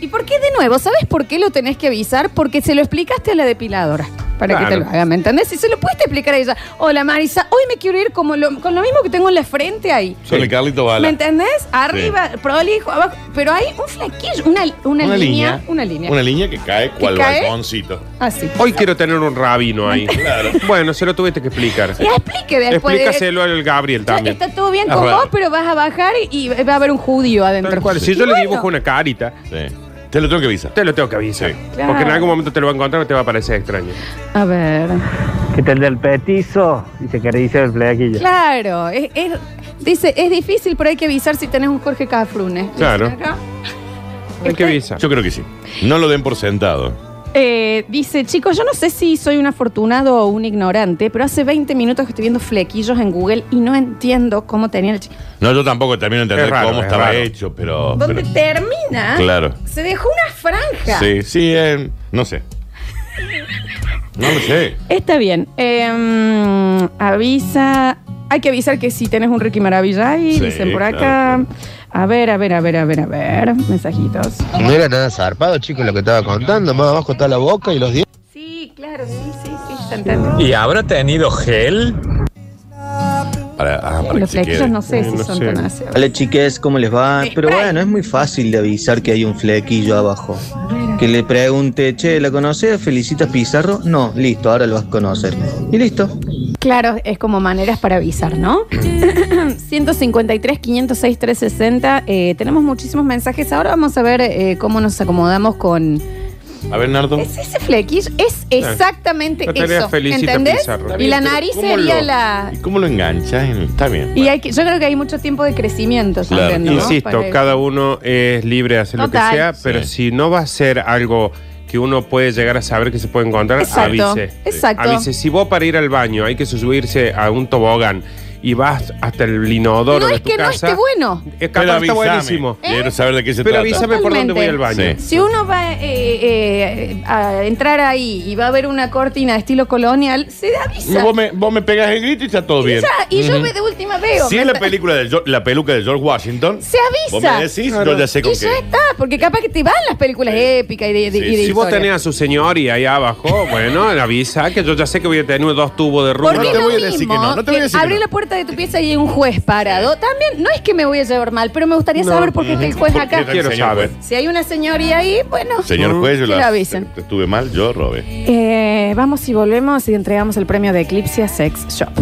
Speaker 1: ¿Y por qué de nuevo? ¿Sabes por qué lo tenés que avisar? Porque se lo explicaste a la depiladora. Para que te
Speaker 3: Claro.
Speaker 1: lo haga, ¿me entendés? Si se lo pudiste explicar a ella. Hola Marisa, hoy me quiero ir como lo- con lo mismo que tengo en la frente ahí.
Speaker 2: Con el Carlito Bala.
Speaker 1: ¿Me entendés? Arriba, prolijo, abajo. Pero hay un flequillo, una, una, línea,
Speaker 2: Una línea.
Speaker 1: Una línea. Ah,
Speaker 2: Una línea que cae cual
Speaker 1: cae.
Speaker 2: balconcito.
Speaker 1: Así.
Speaker 3: Hoy quiero tener un rabino ahí.
Speaker 2: Claro.
Speaker 3: Bueno, se lo tuviste que explicar.
Speaker 1: Y explique después. de-
Speaker 3: Explícaselo al Gabriel también.
Speaker 1: Está todo bien con
Speaker 3: Ah,
Speaker 1: vos,
Speaker 3: bueno.
Speaker 1: pero vas a bajar y va a haber un judío adentro.
Speaker 3: Tal cual. Si
Speaker 1: Y
Speaker 3: yo le
Speaker 1: bueno,
Speaker 3: dibujo una carita.
Speaker 2: Te lo tengo que avisar.
Speaker 3: Te lo tengo que avisar.
Speaker 1: Claro.
Speaker 3: Porque en algún momento te lo va a encontrar y te va a parecer extraño.
Speaker 1: A ver.
Speaker 17: ¿Qué tal del petizo? Dice que le dice el flequillo.
Speaker 1: Claro, es, es- dice, es difícil, pero hay que avisar si tenés un Jorge Cafrune.
Speaker 2: Claro.
Speaker 1: Dicen acá.
Speaker 2: Hay que avisar. Yo creo que sí. No lo den por sentado.
Speaker 1: Eh, dice, chicos, yo no sé si soy un afortunado o un ignorante, pero hace 20 minutos que estoy viendo flequillos en Google y no entiendo cómo tenía el chico.
Speaker 2: No, yo tampoco termino de entender
Speaker 3: Es raro,
Speaker 2: cómo
Speaker 3: es
Speaker 2: estaba
Speaker 3: raro.
Speaker 2: hecho, pero.
Speaker 1: ¿Dónde termina?
Speaker 2: Claro.
Speaker 1: Se dejó una franja.
Speaker 2: pero- sí, sí, eh, no sé. No lo sé.
Speaker 1: Está bien. Eh, avisa. Hay que avisar que si tenés un Ricky Maravilla ahí,
Speaker 15: Sí,
Speaker 1: dicen por acá.
Speaker 15: claro,
Speaker 1: A ver, a ver, a ver, a ver, a ver. Mensajitos.
Speaker 15: No era nada zarpado, chicos, lo que estaba contando. Más abajo está la boca y los dientes.
Speaker 1: Sí, claro, sí, sí, sí, se entiende.
Speaker 12: ¿Y habrá tenido gel?
Speaker 2: ah,
Speaker 1: Los flequillos no
Speaker 3: Eh,
Speaker 1: sé si son tan así.
Speaker 18: Hola chiques, ¿cómo les va? Pero bueno, es muy fácil de avisar que hay un flequillo abajo. Que le pregunte, che, ¿la conoces? ¿Felicitas Pizarro? No, listo, ahora lo vas a conocer. Y listo.
Speaker 1: Claro, es como maneras para avisar, ¿no? 153, 506, 360. Eh, tenemos muchísimos mensajes. Ahora vamos a ver eh, cómo nos acomodamos con
Speaker 2: A ver, Nardo.
Speaker 1: ese flequillo. Es
Speaker 2: Claro.
Speaker 1: exactamente
Speaker 2: La tarea
Speaker 1: eso.
Speaker 2: felicita
Speaker 1: ¿Entendés?
Speaker 2: Pizarro.
Speaker 1: Y la
Speaker 2: Pero
Speaker 1: nariz
Speaker 2: ¿cómo
Speaker 1: sería
Speaker 2: lo-
Speaker 1: la.
Speaker 2: ¿Y cómo lo enganchas? En- Está bien.
Speaker 1: Y hay que, yo creo que hay mucho tiempo de crecimiento. yo entiendo, ¿no?
Speaker 3: Insisto,
Speaker 1: Para-
Speaker 3: cada uno es libre de hacer lo
Speaker 1: Total.
Speaker 3: que sea, pero si no va a ser algo que uno puede llegar a saber que se puede encontrar,
Speaker 1: Exacto,
Speaker 3: avise. eh,
Speaker 1: exacto.
Speaker 3: Avise. Si vos para ir al baño hay que subirse a un tobogán y vas hasta el
Speaker 1: No
Speaker 3: inodoro de
Speaker 1: es
Speaker 3: tu
Speaker 1: que no
Speaker 3: casa,
Speaker 1: esté bueno.
Speaker 3: es capaz está
Speaker 2: avísame.
Speaker 3: buenísimo.
Speaker 2: Quiero saber de qué se
Speaker 3: Pero
Speaker 2: trata.
Speaker 3: avísame por dónde voy al baño.
Speaker 2: Sí.
Speaker 1: Si uno va eh, eh, a entrar ahí y va a ver una cortina de estilo colonial, se avisa.
Speaker 2: Vos, me, vos me pegas el grito y está todo bien.
Speaker 1: Ya, y yo
Speaker 3: Mm-hmm.
Speaker 2: Ujú.
Speaker 1: ve- de última veo.
Speaker 2: Si
Speaker 1: ¿me
Speaker 2: es la
Speaker 1: ent-
Speaker 2: película de Jo- la peluca de George Washington,
Speaker 1: Se
Speaker 2: vos
Speaker 1: avisa.
Speaker 2: me decís, yo ya sé con
Speaker 1: y ya
Speaker 2: qué.
Speaker 1: está, porque capaz que te van las películas épicas y de, de- y de
Speaker 3: Si vos
Speaker 1: historia.
Speaker 3: tenés a su señor y ahí abajo, bueno, le avisa que yo ya sé que voy a tener dos tubos de rulo.
Speaker 1: Porque es lo mismo que abrí la puerta de tu pieza y hay un juez parado. También, no es que me voy a llevar mal, pero me gustaría
Speaker 3: No.
Speaker 1: saber por qué está el juez
Speaker 3: ¿Por
Speaker 1: acá.
Speaker 3: qué quiero saber?
Speaker 1: Si hay una señoría ahí, bueno.
Speaker 2: Señor juez, yo
Speaker 1: que
Speaker 2: la-
Speaker 1: lo avisen.
Speaker 2: estuve mal, yo robé.
Speaker 1: Eh, vamos y volvemos y entregamos el premio de Eclipse Sex Shop.